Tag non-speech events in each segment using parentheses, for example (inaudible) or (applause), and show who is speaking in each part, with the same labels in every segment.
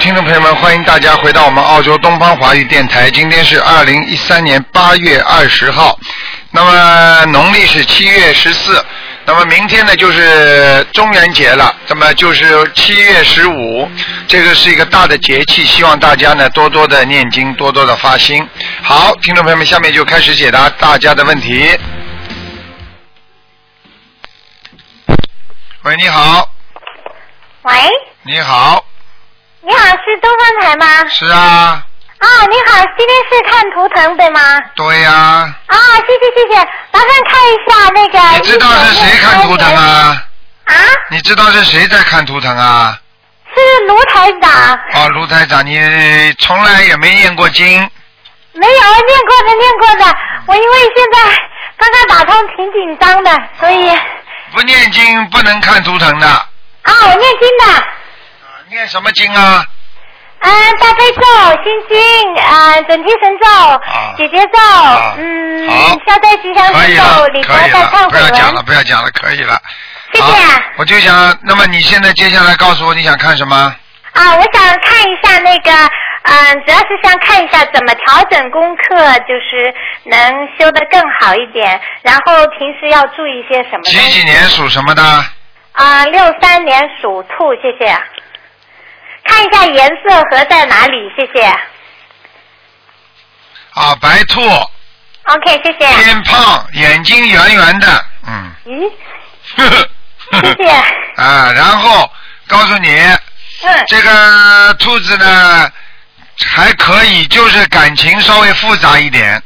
Speaker 1: 听众朋友们，欢迎大家回到我们澳洲东方华语电台。今天是二零一三年八月二十号，那么农历是七月十四，那么明天呢就是中元节了，那么就是七月十五，这个是一个大的节气，希望大家呢多多的念经，多多的发心。好，听众朋友们，下面就开始解答大家的问题。喂，你好，
Speaker 2: 喂，
Speaker 1: 你好，
Speaker 2: 你好，是东方台吗？
Speaker 1: 是啊，
Speaker 2: 啊，你好，今天是看图腾对吗？
Speaker 1: 对呀、
Speaker 2: 啊，谢谢谢谢，麻烦看一下那个。
Speaker 1: 你知道是谁看图腾？啊？
Speaker 2: 啊，
Speaker 1: 你知道是谁在看图腾啊？
Speaker 2: 是卢台长，
Speaker 1: 哦，卢台长，你从来也没念过经，
Speaker 2: 没有念过的念过的，我因为现在刚刚打通，挺紧张的，所以
Speaker 1: 不念经不能看图腾的。啊
Speaker 2: 啊，我念经的，
Speaker 1: 念什么经啊？
Speaker 2: 嗯，大悲咒、心经，嗯，准提神咒、
Speaker 1: 啊
Speaker 2: 姐姐咒，
Speaker 1: 啊
Speaker 2: 嗯
Speaker 1: 好，
Speaker 2: 消灾吉祥
Speaker 1: 可以
Speaker 2: 神
Speaker 1: 了
Speaker 2: 咒、，礼佛
Speaker 1: 可以
Speaker 2: 大
Speaker 1: 了，
Speaker 2: 忏
Speaker 1: 不
Speaker 2: 悔
Speaker 1: 要讲
Speaker 2: 文
Speaker 1: 了，。不要讲了，可以了。
Speaker 2: 谢啊谢
Speaker 1: 好，我就想，那么你现在接下来告诉我你想看什么？
Speaker 2: 啊，我想看一下那个，嗯，主要是想看一下怎么调整功课，就是能修得更好一点，然后平时要注意些什么
Speaker 1: 几
Speaker 2: 东
Speaker 1: 几
Speaker 2: 西？
Speaker 1: 年属什么的？
Speaker 2: 啊，六三年属兔，谢谢。看一下颜色和在哪里，谢谢。
Speaker 1: 啊，白兔，
Speaker 2: OK，谢谢。
Speaker 1: 偏胖，眼睛圆圆的，嗯，
Speaker 2: 咦，
Speaker 1: 呵呵
Speaker 2: 谢
Speaker 1: 呵
Speaker 2: 谢
Speaker 1: 呵。。 (laughs) 啊，然后告诉你，
Speaker 2: (laughs) 嗯，
Speaker 1: 这个兔子呢还可以，就是感情稍微复杂一点。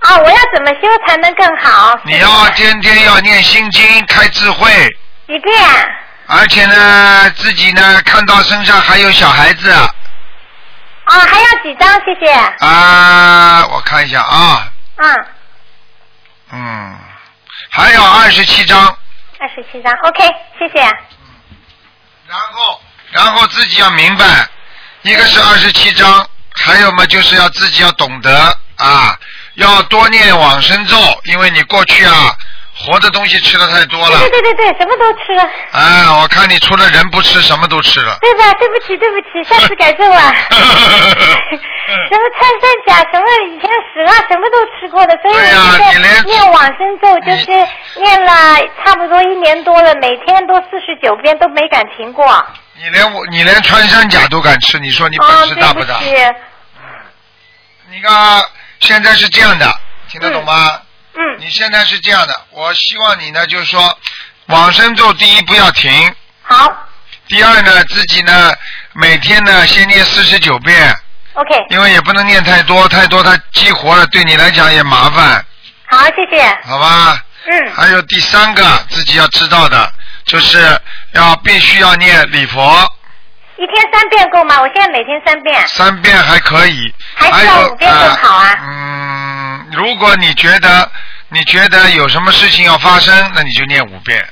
Speaker 2: 啊，我要怎么修才能更好？
Speaker 1: 你要天天要念心经，开智慧，
Speaker 2: 几遍？
Speaker 1: 而且呢，自己呢看到身上还有小孩子啊、
Speaker 2: 啊，还要几张？谢谢。
Speaker 1: 我看一下啊，
Speaker 2: 嗯，
Speaker 1: 嗯，还有二十七章，
Speaker 2: 二十七张。OK，谢啊谢。
Speaker 1: 然后然后自己要明白，一个
Speaker 2: 嗯
Speaker 1: 是二十七章，还有嘛就是要自己要懂得啊，要多念往生咒，因为你过去啊活的东西吃的太多
Speaker 2: (laughs)
Speaker 1: 了
Speaker 2: 对对对对，什么都吃了。
Speaker 1: 啊，我看你除了人不吃，什么都吃了。
Speaker 2: 对吧？对不起，对不起，下次改
Speaker 1: (laughs)
Speaker 2: 正了。什么穿山甲，什么以前蛇啊，什么都吃过的，所以
Speaker 1: 对呀
Speaker 2: 我
Speaker 1: 你
Speaker 2: 现在
Speaker 1: 连
Speaker 2: 念往生咒，就是念了差不多一年多了，每天都四十九遍，都没敢停过。哦，
Speaker 1: 你连我，你连穿山甲都敢吃，你说你本事大
Speaker 2: 对不
Speaker 1: 大？
Speaker 2: 起，
Speaker 1: 你看现在是这样的，听得懂吗？
Speaker 2: 嗯，
Speaker 1: 你现在是这样的，我希望你呢，就是说，往生咒第一不要停，
Speaker 2: 好
Speaker 1: 第二呢，自己呢每天呢先念四十九遍，
Speaker 2: ，OK，
Speaker 1: 因为也不能念太多，太多它激活了，对你来讲也麻烦，
Speaker 2: 好，谢谢，
Speaker 1: 好吧？
Speaker 2: 嗯，
Speaker 1: 还有第三个自己要知道的，就是要必须要念礼佛
Speaker 2: 一天三遍够吗？我现在每天三遍。
Speaker 1: 三遍还可以，
Speaker 2: 还是要
Speaker 1: 有
Speaker 2: 五遍更好啊
Speaker 1: 呃嗯，如果你觉得你觉得有什么事情要发生，那你就念五遍。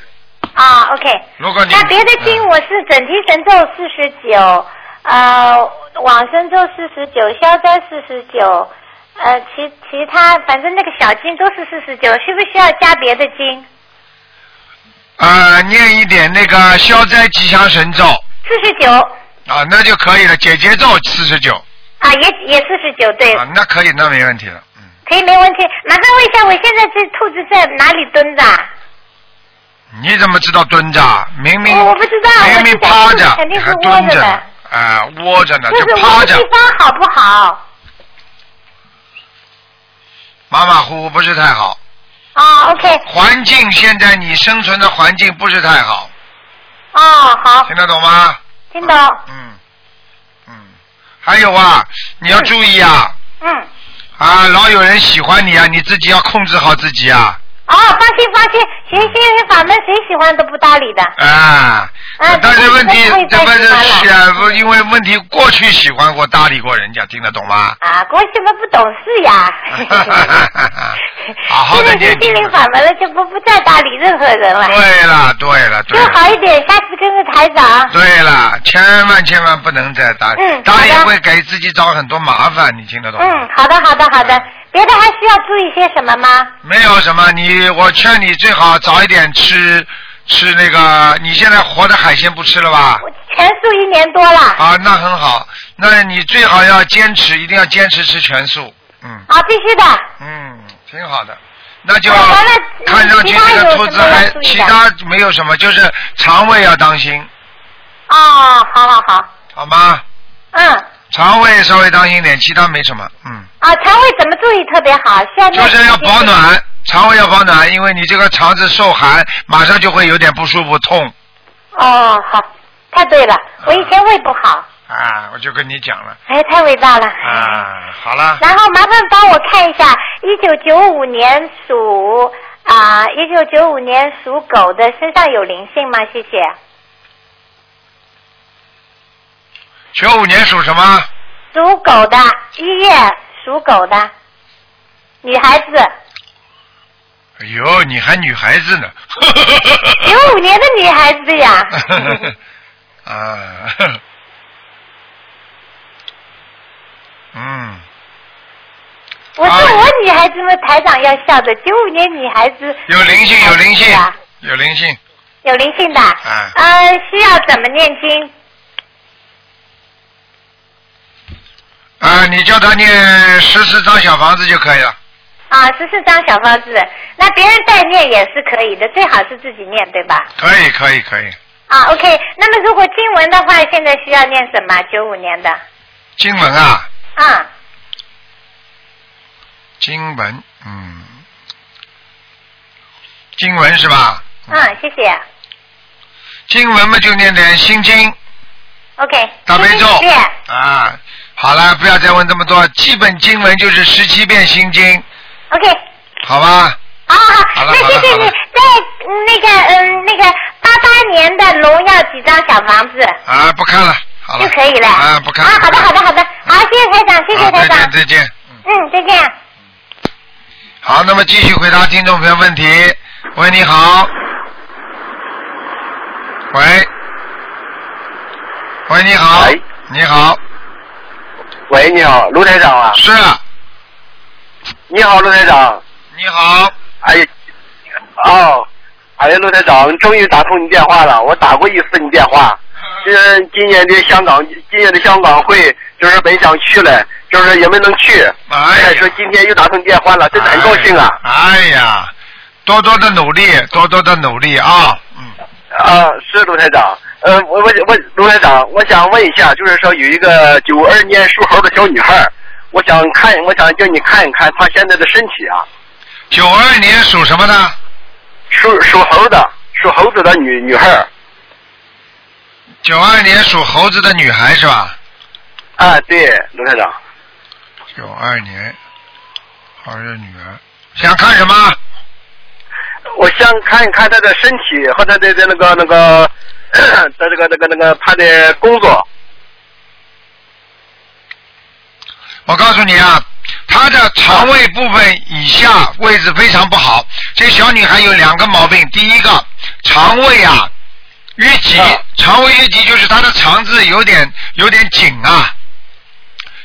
Speaker 2: 啊，OK。
Speaker 1: 如果你
Speaker 2: 那别的经
Speaker 1: 嗯
Speaker 2: 我是整提神咒四十九，呃，往生咒四十九，消灾四十九，呃，其其他反正那个小经都是四十九，需不需要加别的经？
Speaker 1: 呃，念一点那个消灾吉祥神咒
Speaker 2: 四十九
Speaker 1: 啊，那就可以了。解结咒四十九
Speaker 2: 啊，也也四十九，对，
Speaker 1: 啊，那可以，那没问题了。嗯
Speaker 2: 可以没问题。麻烦问一下，我现在这兔子在哪里蹲着啊？
Speaker 1: 你怎么知道蹲着？啊明明
Speaker 2: 我我不知道
Speaker 1: 明明
Speaker 2: 我知道
Speaker 1: 趴
Speaker 2: 就是
Speaker 1: 着，
Speaker 2: 肯定是
Speaker 1: 还
Speaker 2: 窝
Speaker 1: 蹲
Speaker 2: 着
Speaker 1: 着
Speaker 2: 的
Speaker 1: 啊、窝着呢，
Speaker 2: 就
Speaker 1: 就是趴
Speaker 2: 我
Speaker 1: 着
Speaker 2: 的，地方好不好？
Speaker 1: 马马虎虎不是太好。
Speaker 2: 啊，OK，
Speaker 1: 环境现在你生存的环境不是太好，
Speaker 2: 哦，好
Speaker 1: 听，得懂吗？
Speaker 2: 听懂，
Speaker 1: 嗯，嗯，还有啊，你要注意啊，
Speaker 2: 嗯。
Speaker 1: 啊，老有人喜欢你啊，你自己要控制好自己啊，
Speaker 2: 哦，放心放心，学心灵法门谁喜欢都不搭理的。
Speaker 1: 啊，
Speaker 2: 啊
Speaker 1: 但是问题
Speaker 2: 这个不，
Speaker 1: 这不
Speaker 2: 太
Speaker 1: 是
Speaker 2: 喜欢了
Speaker 1: 选，不因为问题过去喜欢过搭理过人家，听得懂吗？。
Speaker 2: 啊，过去们不懂事呀
Speaker 1: 好好地
Speaker 2: 现在
Speaker 1: 念
Speaker 2: 学
Speaker 1: 经
Speaker 2: 心灵法门了，就不不再搭理任何人了。
Speaker 1: 对了，对了，对
Speaker 2: 修
Speaker 1: 了，
Speaker 2: 好一点，下次跟着台长。
Speaker 1: 对了，千万千万不能再搭理，
Speaker 2: 嗯
Speaker 1: 搭理
Speaker 2: 好的
Speaker 1: 会给自己找很多麻烦，你听得懂吗？
Speaker 2: 嗯，好的好的好的。别的还需要注意些什么吗？
Speaker 1: 没有什么，你我劝你最好早一点吃吃那个，你现在活的海鲜不吃了吧？
Speaker 2: 我全素一年多了。啊，
Speaker 1: 啊，那很好，那你最好要坚持，一定要坚持吃全素，嗯
Speaker 2: 必须的。
Speaker 1: 嗯，挺好的。那就
Speaker 2: 好了
Speaker 1: 看上去这个兔子还其
Speaker 2: 其
Speaker 1: 他
Speaker 2: 他
Speaker 1: 没有什么，就是肠胃要当心，
Speaker 2: 哦，好好好，
Speaker 1: 好吗？
Speaker 2: 嗯，
Speaker 1: 肠胃稍微当心点，其他没什么，嗯。
Speaker 2: 啊，肠胃怎么注意特别好？下面
Speaker 1: 就是要保。暖，肠胃要保暖，因为你这个肠子受寒，马上就会有点不舒服痛
Speaker 2: 哦，好，太对了，我以前胃不好，
Speaker 1: 啊！我就跟你讲了
Speaker 2: 哎，太伟大了。
Speaker 1: 啊，好 (laughs) 了，
Speaker 2: 然后麻烦帮我看一下，一九九五年属啊，一九九五年属狗的身上有灵性吗？谢谢。
Speaker 1: 九五年属什么？
Speaker 2: 属狗的，一月属狗的，女孩
Speaker 1: (laughs)
Speaker 2: 子，
Speaker 1: 哎呦，你还女孩子呢，
Speaker 2: 九五年的女孩子呀。
Speaker 1: (laughs) 啊，嗯，
Speaker 2: 我说我女孩子们台长要笑的，九五年女孩子
Speaker 1: 有灵性，有灵
Speaker 2: 是
Speaker 1: 性
Speaker 2: 吧，
Speaker 1: 有灵性，
Speaker 2: 有灵性的，
Speaker 1: 啊
Speaker 2: 呃，需要怎么念经？
Speaker 1: 啊，你叫他念十四张小房子就可以了。
Speaker 2: 啊，十四张小方子，那别人代念也是可以的，最好是自己念，对吧？
Speaker 1: 可以，可以，可以。
Speaker 2: 啊，OK。那么如果经文的话，现在需要念什么？九五年的，
Speaker 1: 经文啊，
Speaker 2: 啊，
Speaker 1: 经文，嗯，经文是吧？
Speaker 2: 嗯，谢谢。
Speaker 1: 经文嘛，就念点心经、
Speaker 2: OK。
Speaker 1: 大悲咒
Speaker 2: 谢谢。
Speaker 1: 啊。好了，不要再问这么多，基本经文就是十七遍心经，
Speaker 2: OK。
Speaker 1: 好吧？
Speaker 2: 啊，
Speaker 1: 好了
Speaker 2: 那谢谢
Speaker 1: 好了好了
Speaker 2: 你，在嗯那个嗯那个八八年的龙要几张小房子
Speaker 1: 啊，不看了，好了。
Speaker 2: 就可以了。
Speaker 1: 啊，不看了。
Speaker 2: 啊，好的好的好的，好，谢谢台长，谢谢
Speaker 1: 好
Speaker 2: 台
Speaker 1: 再见，。
Speaker 2: 长
Speaker 1: 再见。嗯
Speaker 2: 嗯，再见。
Speaker 1: 好，那么继续回答听众朋友问题。喂，你好。喂。喂，你好。
Speaker 3: 喂
Speaker 1: 你好，
Speaker 3: 喂，你好，卢台长啊！
Speaker 1: 是，
Speaker 3: 你好，卢台长。
Speaker 1: 你好。
Speaker 3: 哎呀，哦，哎呀，卢台长，终于打通你电话了。我打过一次你电话，就是今年的香港，今年的香港会，就是本想去了，就是也没能去。
Speaker 1: 哎呀
Speaker 3: 再说今天又打通电话了，真的很高兴啊！
Speaker 1: 哎呀，多多的努力，多多的努力啊！嗯，
Speaker 3: 啊，是卢台长。呃，我我我卢台长，我想问一下，就是说有一个九二年属猴的小女孩儿，我想看，我想叫你看一看她现在的身体啊。
Speaker 1: 九二年属什么的？
Speaker 3: 属属猴的，属猴子的女女孩儿。
Speaker 1: 九二年属猴子的女孩是吧？
Speaker 3: 啊，对，卢台长，
Speaker 1: 九二年，猴子女儿，想看什么？
Speaker 3: 我想看一看她的身体和她的这那个那个， (clears throat) 她这个那个那个她的工作。
Speaker 1: 我告诉你啊，她的肠胃部分以下位置非常不好。这小女孩有两个毛病，第一个肠胃啊淤积
Speaker 3: 啊，
Speaker 1: 肠胃淤积就是她的肠子有点有点紧啊，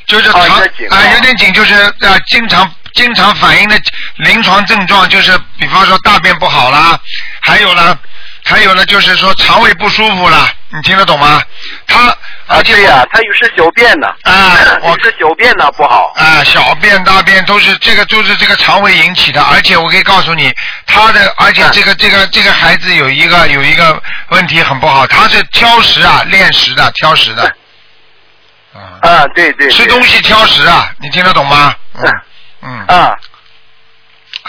Speaker 1: 就是肠啊
Speaker 3: 啊有点紧
Speaker 1: 有点紧，就是呃经常经常反映的临床症状就是，比方说大便不好啦，还有呢。还有呢，就是说肠胃不舒服啦，你听得懂吗？她
Speaker 3: 啊，
Speaker 1: 而且
Speaker 3: 对呀、她有时小便呢。
Speaker 1: 啊
Speaker 3: (clears throat)
Speaker 1: 我
Speaker 3: 有时小便呢不好。
Speaker 1: 啊，小便、大便都是这个，都是这个肠胃引起的。而且我可以告诉你，他的，而且这个、这个这个孩子有一个有一个问题很不好，他是挑食啊，恋食的，挑食的，啊，
Speaker 3: 啊，对对。对
Speaker 1: 吃东。西挑食啊，你听得懂吗？嗯嗯。
Speaker 3: 啊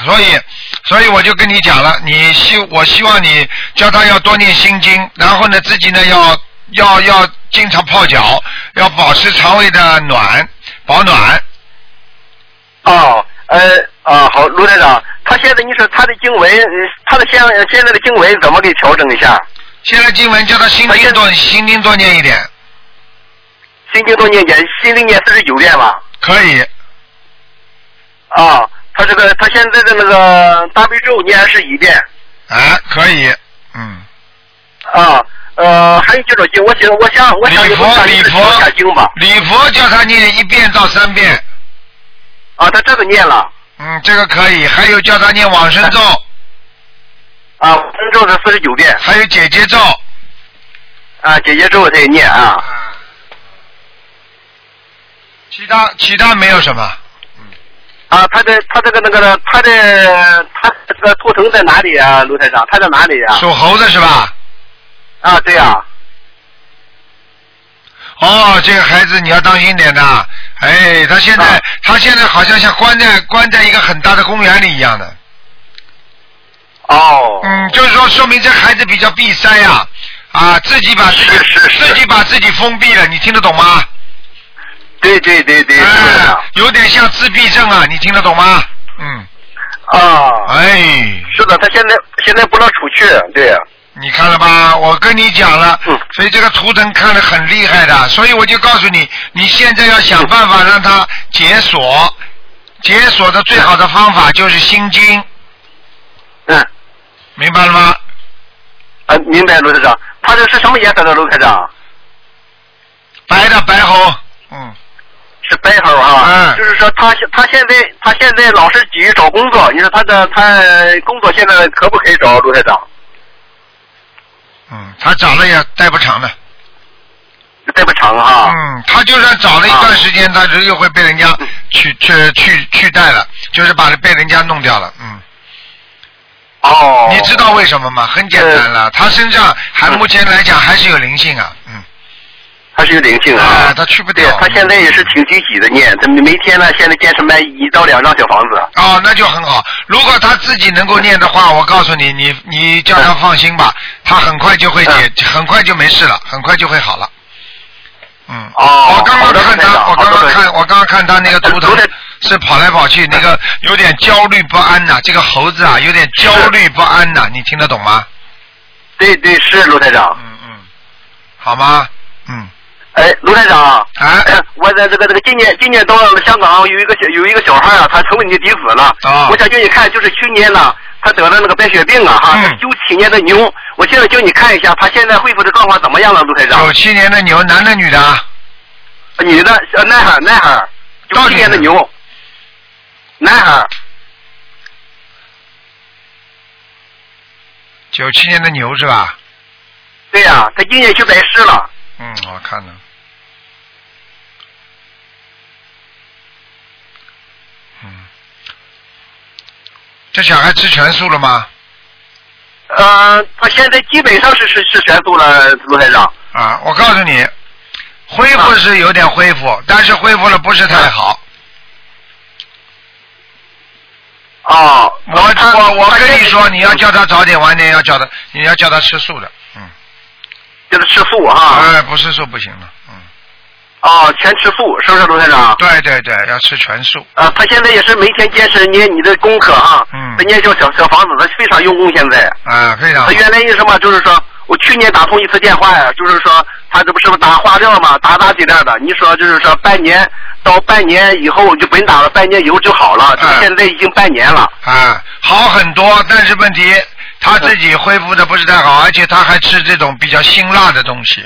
Speaker 1: 所以，所以我就跟你讲了，你希我希望你教他要多念心经，然后呢，自己呢要要要经常泡脚，要保持肠胃的暖保暖。
Speaker 3: 哦呃啊好，卢台长，她现在你说她的经文，呃她的现现在的经文怎么给调整一下？
Speaker 1: 现在经文叫他心经多心经多念一点，
Speaker 3: 心经多念点，心经念四十九遍吧。
Speaker 1: 可以
Speaker 3: 啊，他这个他现在的那个大悲咒念是一遍
Speaker 1: 啊，可以，嗯，
Speaker 3: 啊，呃，还有几种经，我想我想我
Speaker 1: 礼
Speaker 3: 想有时候
Speaker 1: 佛
Speaker 3: 想
Speaker 1: 礼
Speaker 3: 一
Speaker 1: 佛
Speaker 3: 下经吧，
Speaker 1: 礼佛叫他念一遍到三遍，
Speaker 3: 啊，他这个念了
Speaker 1: 嗯，这个可以，还有叫他念往生咒，
Speaker 3: 啊，往生咒是四十九遍
Speaker 1: 还有姐姐咒，
Speaker 3: 啊，姐姐咒我得念啊。
Speaker 1: 其他其他没有什么。
Speaker 3: 啊，他的他这个那个他的他这个图腾在哪里啊，卢台长？他在哪里啊？
Speaker 1: 属猴子是吧？
Speaker 3: 啊，对呀、
Speaker 1: 哦，这个孩子你要当心点的。哎，他现在、
Speaker 3: 啊
Speaker 1: 他现在好像像关在关在一个很大的公园里一样的。
Speaker 3: 哦，
Speaker 1: 嗯，就是说说明这孩子比较闭塞呀、啊，自己把自己
Speaker 3: 是是是
Speaker 1: 自己把自己封闭了，你听得懂吗？
Speaker 3: 对对对对，
Speaker 1: 哎、
Speaker 3: 是的。
Speaker 1: 有点像自闭症啊，你听得懂吗？嗯，
Speaker 3: 啊，
Speaker 1: 哎。
Speaker 3: 是的，他现在现在不能出去，对，
Speaker 1: 你看了吧？我跟你讲了
Speaker 3: 嗯，
Speaker 1: 所以这个图腾看了很厉害的，所以我就告诉你，你现在要想办法让它解锁，解锁的最好的方法就是心经，
Speaker 3: 嗯，
Speaker 1: 明白了吗？
Speaker 3: 啊，明白，卢台长，他这是什么颜色的，卢台长？
Speaker 1: 白的白猴，嗯，
Speaker 3: 是白猴啊，
Speaker 1: 嗯
Speaker 3: 就是说他现他现在他现在老是急于找工作，你说他的他工作现在可不可以找卢台长？
Speaker 1: 嗯，他找了也待不长的，
Speaker 3: 待不长啊哈、
Speaker 1: 嗯，他就算找了一段时间，他就又会被人家取取取取代了，就是把被人家弄掉了，嗯。
Speaker 3: 哦，
Speaker 1: 你知道为什么吗？很简单了，他身上还目前来讲还是有灵性啊，嗯。
Speaker 3: 他是有灵性
Speaker 1: 啊
Speaker 3: 啊，，
Speaker 1: 他去不
Speaker 3: 对
Speaker 1: 掉。
Speaker 3: 他现在也是挺积极的念，他每天呢现在坚持卖一到两张小房子。
Speaker 1: 哦，那就很好。如果他自己能够念的话，我告诉你，你你叫他放心吧，他很快就会解，很快就没事了，很快就会好了。嗯。
Speaker 3: 哦
Speaker 1: 我刚刚
Speaker 3: 好的
Speaker 1: 看
Speaker 3: 台
Speaker 1: 他，哦
Speaker 3: 长
Speaker 1: 我刚
Speaker 3: 好
Speaker 1: 刚
Speaker 3: 的
Speaker 1: 看，我刚刚看他那个图腾
Speaker 3: 昨天
Speaker 1: 是跑来跑去，那个有点焦虑不安呐、这个猴子啊，有点焦虑不安呐、你听得懂吗？
Speaker 3: 对对，是卢台长。
Speaker 1: 嗯嗯，好吗？嗯
Speaker 3: 哎，卢台长，
Speaker 1: 啊 (coughs)
Speaker 3: 哎 (coughs) 我在这个这个今年今年到了香港有一个小有一个小孩啊，他成为你的弟子了。
Speaker 1: 啊
Speaker 3: 我想叫你看，就是去年呢，他得了那个白血病啊哈，
Speaker 1: 嗯
Speaker 3: 他九七年的牛，我现在叫你看一下他现在恢复的状况怎么样了，卢台长
Speaker 1: 九。七年的牛，男的女的啊？
Speaker 3: 女的，呃男孩男孩，九七年的牛，男孩，
Speaker 1: 九七年的牛是吧？
Speaker 3: 对呀、他今年去拜师了。
Speaker 1: 嗯，我看了。嗯，这小孩吃全素了吗？
Speaker 3: 呃，他现在基本上是是是全素了，卢台长。
Speaker 1: 啊，我告诉你，恢复是有点恢复，但是恢复了不是太好。
Speaker 3: 哦，
Speaker 1: 我啊我我跟你说，你要叫他早点晚点要叫他，你要叫他吃素的。嗯，
Speaker 3: 就是吃素哈。
Speaker 1: 哎，不吃素不行的。嗯，
Speaker 3: 哦，全吃素，是不是卢台长？
Speaker 1: 对对对，要吃全素。
Speaker 3: 啊，他现在也是每天坚持念你的功课哈，
Speaker 1: 嗯
Speaker 3: 他念小小小房子，他非常用功。现在，
Speaker 1: 啊，非常好
Speaker 3: 他。原来是什么？就是说我去年打通一次电话呀，就是说他这不是打化疗嘛，打打几量的。你说就是说半年到半年以后就甭打了，半年以后就好了。就是
Speaker 1: 嗯
Speaker 3: 现在已经半年了。
Speaker 1: 啊，好很多，但是问题他自己恢复的不是太好，而且他还吃这种比较辛辣的东西，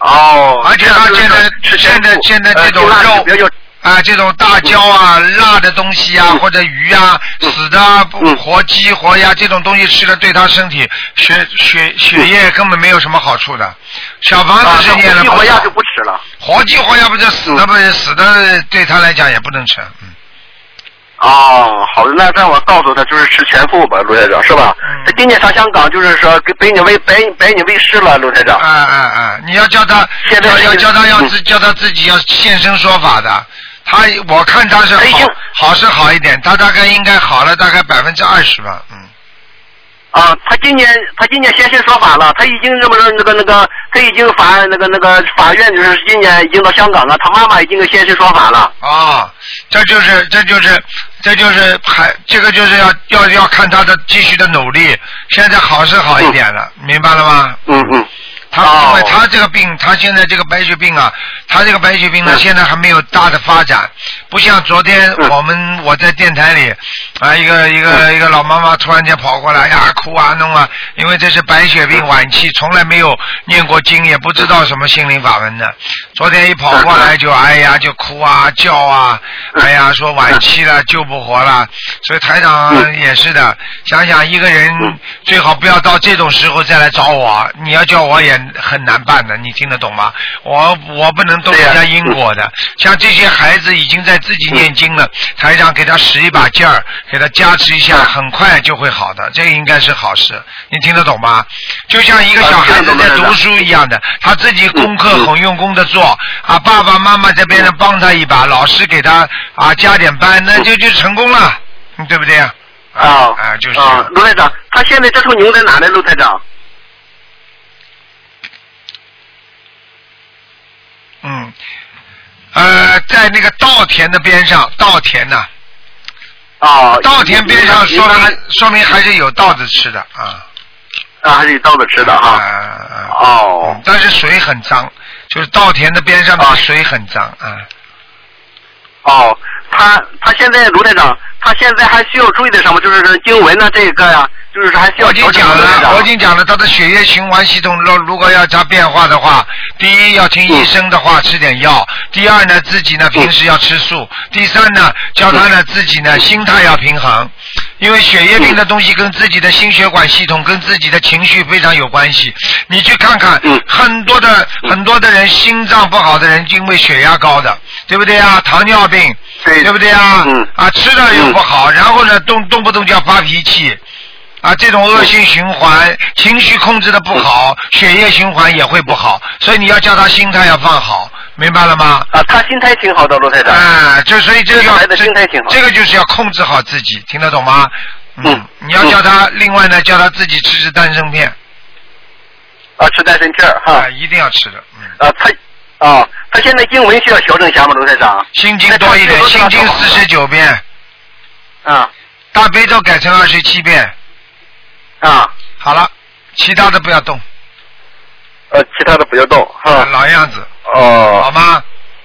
Speaker 3: 哦，
Speaker 1: 而且他现在
Speaker 3: 吃
Speaker 1: 现在现在这
Speaker 3: 呃
Speaker 1: 种肉
Speaker 3: 比较
Speaker 1: 啊，这种大椒啊、辣的东西啊，
Speaker 3: 嗯
Speaker 1: 或者鱼啊、
Speaker 3: 嗯
Speaker 1: 死的啊、不
Speaker 3: 嗯
Speaker 1: 活鸡、活鸭这种东西吃了，对他身体
Speaker 3: 嗯
Speaker 1: 血血血液根本没有什么好处的。小房
Speaker 3: 啊，
Speaker 1: 子是念了
Speaker 3: 一
Speaker 1: 不
Speaker 3: 活鸭
Speaker 1: 少
Speaker 3: 就，不吃了。
Speaker 1: 活鸡活鸭不就死的
Speaker 3: 嗯
Speaker 1: 不是死的，对他来讲也不能吃，嗯。
Speaker 3: 哦，好的，那那我告诉他就是吃全素吧，卢台长是吧
Speaker 1: 嗯？
Speaker 3: 他今年上香港就是说给拜你为拜拜你为师了，卢台长。
Speaker 1: 啊啊啊！你要叫他，
Speaker 3: 嗯现在
Speaker 1: 要
Speaker 3: 是
Speaker 1: 要叫他要
Speaker 3: 嗯
Speaker 1: 自叫他自己要现身说法的。他我看他是
Speaker 3: 哎
Speaker 1: 好
Speaker 3: 呦
Speaker 1: 好是好一点，他大概应该好了大概百分之二十吧，嗯。
Speaker 3: 啊，他今年他今年现身说法了，他已经这么着那个那个，他已经法那个那个法院就是今年已经到香港了，他妈妈已经现身说法了。
Speaker 1: 啊，这就是这就是这就是还这个就是要要要看他的继续的努力。现在好是好一点了，明白了吗？
Speaker 3: 嗯嗯。
Speaker 1: 他因
Speaker 3: 哦
Speaker 1: 为他这个病，他现在这个白血病啊，他这个白血病呢，
Speaker 3: 嗯
Speaker 1: 现在还没有大的发展，不像昨天
Speaker 3: 嗯
Speaker 1: 我们我在电台里啊，一个一个一个老妈妈突然间跑过来呀，哭啊弄啊，因为这是白血
Speaker 3: 嗯
Speaker 1: 病晚期，从来没有念过经，也不知道什么心灵法门的。昨天一跑过
Speaker 3: 嗯
Speaker 1: 来就哎呀就哭啊叫啊，哎呀说晚期了救不活了，所以台长
Speaker 3: 嗯
Speaker 1: 也是的，想想一个人
Speaker 3: 嗯
Speaker 1: 最好不要到这种时候再来找我，你要叫我也很难办的，你听得懂吗？我我不能动
Speaker 3: 对呀
Speaker 1: 人家因果的，像这些孩子已经在自己念经了，台长给他使一把劲儿，给他加持一下，很快就会好的，这个应该是好事，你听得懂吗？就像一个小孩子在读书一样的，他自己功课很用功的做，啊，爸爸妈妈在边
Speaker 3: 嗯
Speaker 1: 上帮他一把，老师给他啊加点班，那就就成功了，嗯对不对啊？
Speaker 3: 啊
Speaker 1: 啊，就是这样
Speaker 3: 啊，卢台长，他现在这头牛在哪呢？卢台长，
Speaker 1: 嗯，呃，在那个稻田的边上，稻田呐、
Speaker 3: 啊，
Speaker 1: 稻田边上
Speaker 3: 您
Speaker 1: 说
Speaker 3: 您
Speaker 1: 明说明还是有稻子吃的啊。
Speaker 3: 啊，还是有稻子吃的
Speaker 1: 啊
Speaker 3: 哈。
Speaker 1: 啊啊
Speaker 3: 哦，
Speaker 1: 但是水很脏，就是稻田的边上的
Speaker 3: 啊
Speaker 1: 水很脏啊。
Speaker 3: 哦，他他现在卢台长，他现在还需要注意的什么？就是说经文呢啊这一个呀，就是说还需要
Speaker 1: 我已经
Speaker 3: 调整
Speaker 1: 讲
Speaker 3: 卢台
Speaker 1: 了，
Speaker 3: 长
Speaker 1: 我已经讲了，他的血液循环系统如如果要加变化的话，第一要听医生的话，吃点药；第二呢，自己呢平时要吃素；第三呢，教他呢自己
Speaker 3: 嗯
Speaker 1: 呢心态要平衡，因为血液病的东西跟自己的心血管系统、跟自己的情绪非常有关系。你去看看
Speaker 3: 嗯，
Speaker 1: 很多的很多的人心脏不好的人，因为血压高的，对不对啊？糖尿病，
Speaker 3: 对
Speaker 1: 对不对啊？
Speaker 3: 嗯
Speaker 1: 啊，吃的又不好，然后呢，动动不动就要发脾气，啊，这
Speaker 3: 嗯
Speaker 1: 种恶性循环，情绪控制的不好，血液循环也会不好，所以你要叫他心态要放好，明白了吗？
Speaker 3: 啊，他心态挺好的，卢台长。
Speaker 1: 啊，就所以这个
Speaker 3: 嗯这个
Speaker 1: 要
Speaker 3: 孩子
Speaker 1: 这
Speaker 3: 心态挺好
Speaker 1: 这个就是要控制好自己，听得懂吗？
Speaker 3: 嗯
Speaker 1: 你要叫他，另外呢，叫他自己吃吃丹参片，
Speaker 3: 啊，吃丹参片儿哈
Speaker 1: 啊，。一定要吃的，嗯，
Speaker 3: 啊，他啊，他现在经文需要调整一下吗，卢台长？
Speaker 1: 心经多一点
Speaker 3: 那，他
Speaker 1: 心
Speaker 3: 最多多少
Speaker 1: 经
Speaker 3: 条
Speaker 1: 四十九遍，
Speaker 3: 啊
Speaker 1: 大悲咒改成二十七遍，
Speaker 3: 啊，
Speaker 1: 好了，其他的不要动，
Speaker 3: 呃，其他的不要动
Speaker 1: 啊
Speaker 3: 哈。
Speaker 1: 老样子，好
Speaker 3: 哦
Speaker 1: 吗？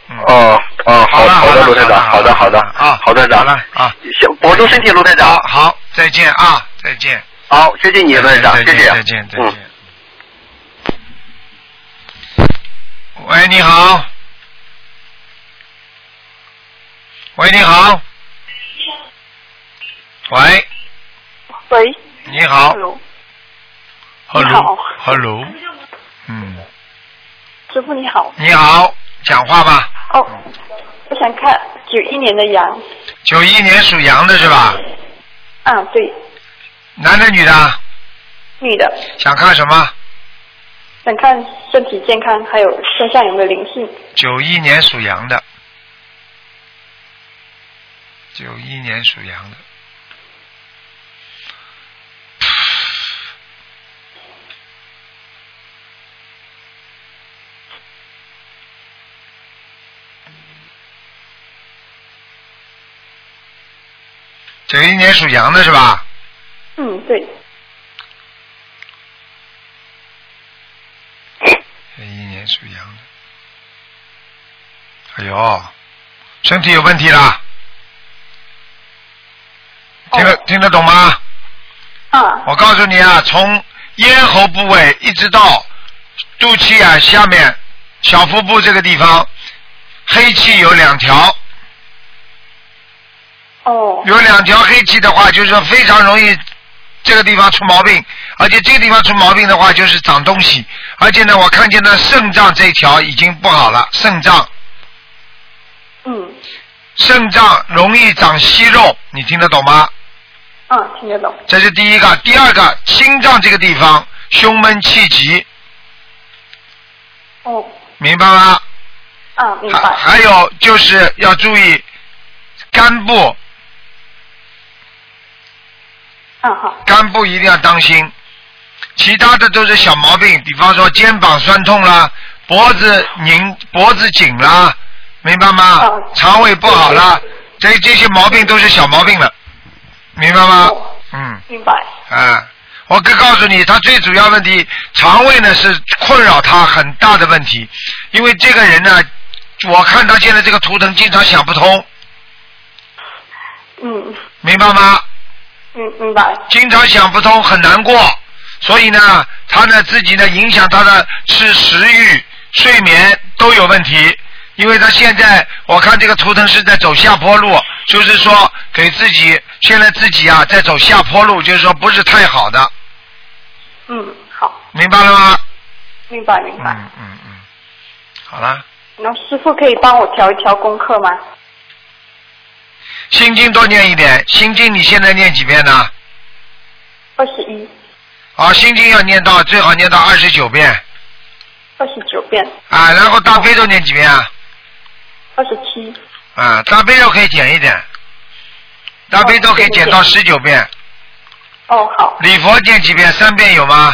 Speaker 1: 嗯，
Speaker 3: 哦哦，
Speaker 1: 好
Speaker 3: 好
Speaker 1: 了
Speaker 3: 好
Speaker 1: 了
Speaker 3: 的，卢台长，好的好的
Speaker 1: 啊，
Speaker 3: 好的，台
Speaker 1: 好
Speaker 3: 长
Speaker 1: 了，啊，
Speaker 3: 行，保重身体，卢台
Speaker 1: 好
Speaker 3: 长。
Speaker 1: 好，再见啊，再见，
Speaker 3: 好，谢谢你，卢台长，
Speaker 1: 再
Speaker 3: 谢
Speaker 1: 见
Speaker 3: 谢。
Speaker 1: 再见，再
Speaker 3: 嗯。
Speaker 1: 见。喂，你好。喂，你好。喂，
Speaker 4: 喂
Speaker 1: 你好。
Speaker 4: ，Hello，你好
Speaker 1: Hello。Hello。嗯，
Speaker 4: 师傅你好。
Speaker 1: 你好，讲话吧。
Speaker 4: 哦，我想看九一年的羊。
Speaker 1: 九一年属羊的是吧？
Speaker 4: 啊，对，
Speaker 1: 男的女的？
Speaker 4: 女的，
Speaker 1: 想看什么？
Speaker 4: 想看身体健康，还有身上有没有灵性。
Speaker 1: 九一年属羊的，九一年属羊的，九一年属羊的是吧？
Speaker 4: 嗯，对，
Speaker 1: 九一年属羊的，哎呦，身体有问题啦，听得、
Speaker 4: 哦
Speaker 1: 听得懂吗？
Speaker 4: 啊，
Speaker 1: 我告诉你啊，从咽喉部位一直到肚脐眼下面小腹部这个地方，黑气有两条，
Speaker 4: 哦，
Speaker 1: 有两条黑气的话，就是说非常容易这个地方出毛病，而且这个地方出毛病的话，就是长东西，而且呢，我看见呢肾脏这一条已经不好了，肾脏
Speaker 4: 嗯，
Speaker 1: 肾脏容易长息肉，你听得懂吗？
Speaker 4: 啊，听得懂。
Speaker 1: 这是第一个，第二个，心脏这个地方胸闷气急，
Speaker 4: 哦，
Speaker 1: 明白吗？
Speaker 4: 啊，明
Speaker 1: 还
Speaker 4: 白。
Speaker 1: 还有就是要注意肝部，
Speaker 4: 啊好，
Speaker 1: 肝部一定要当心。其他的都是小毛病，比方说肩膀酸痛啦，脖子拧、脖子紧啦，明白吗
Speaker 4: 哦？
Speaker 1: 肠胃不好啦，这这些毛病都是小毛病了，明白吗
Speaker 4: 哦？
Speaker 1: 嗯，
Speaker 4: 明白。
Speaker 1: 啊，我可告诉你，他最主要问题，肠胃呢是困扰他很大的问题，因为这个人呢，我看他现在这个图腾经常想不通，
Speaker 4: 嗯
Speaker 1: 明白吗？
Speaker 4: 嗯，明白。
Speaker 1: 经常想不通，很难过，所以呢，他呢自己呢影响他的是食欲、睡眠都有问题，因为他现在我看这个图腾是在走下坡路，就是说给自己现在自己啊在走下坡路，就是说不是太好的，
Speaker 4: 嗯，好，
Speaker 1: 明白了吗？
Speaker 4: 明白明白。
Speaker 1: 嗯嗯嗯，好了，
Speaker 4: 然后师傅可以帮我调一调功课吗？
Speaker 1: 心经多念一点，心经你现在念几遍呢？
Speaker 4: 二十一、
Speaker 1: 啊，心经要念到最好念到二十九遍
Speaker 4: 二十九遍、
Speaker 1: 啊，然后大悲咒念几遍啊？
Speaker 4: 二十七、
Speaker 1: 啊，大悲咒可以减一点，大悲咒可以减到十九遍，
Speaker 4: 哦，好，
Speaker 1: 礼佛念几遍？三遍有吗？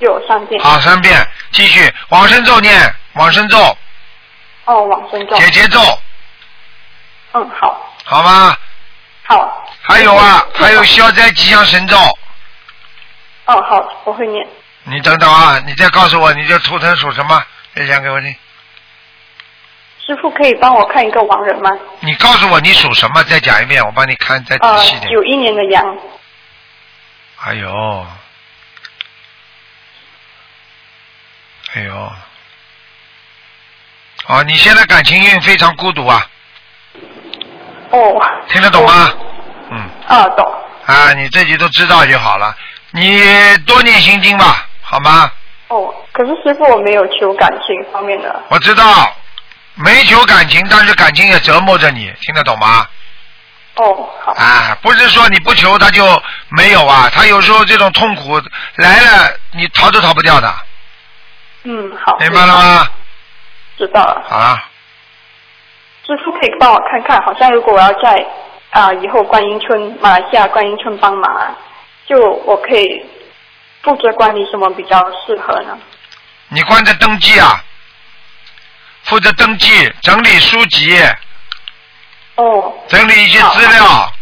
Speaker 4: 有三遍。
Speaker 1: 好，三遍，继续往生咒念，往生咒、
Speaker 4: 哦，往生咒。
Speaker 1: 解结咒，
Speaker 4: 嗯，好，
Speaker 1: 好吗？
Speaker 4: 好。
Speaker 1: 还有啊，
Speaker 4: 嗯
Speaker 1: 还有。消灾吉祥神咒，
Speaker 4: 哦，好，我会念。
Speaker 1: 你等等啊，你再告诉我，你这图腾属什么？再讲给我听。
Speaker 4: 师傅可以帮我看一个亡人吗？
Speaker 1: 你告诉我你属什么，再讲一遍，我帮你看再
Speaker 4: 呃
Speaker 1: 仔细，点。
Speaker 4: 九一年的羊，
Speaker 1: 哎呦，哎呦，哦，你现在感情运非常孤独啊，
Speaker 4: 哦。
Speaker 1: 听得懂吗？嗯，
Speaker 4: 啊，懂。
Speaker 1: 啊，你自己都知道就好了。你多念心经吧，好吗？
Speaker 4: 哦，可是师傅我没有求感情方面的。
Speaker 1: 我知道，没求感情，但是感情也折磨着你，听得懂吗？
Speaker 4: 哦，好。
Speaker 1: 啊，不是说你不求他就没有啊，他有时候这种痛苦来了，你逃都逃不掉的，
Speaker 4: 嗯，好。
Speaker 1: 明白了？吗？
Speaker 4: 知道了。
Speaker 1: 好了。
Speaker 4: 师傅可以帮我看看，好像如果我要在啊、以后观音村马来西亚观音村帮忙啊，就我可以负责管理什么比较适合呢？
Speaker 1: 你关着登记啊，负责登记、整理书籍、
Speaker 4: 哦，
Speaker 1: 整理一些资料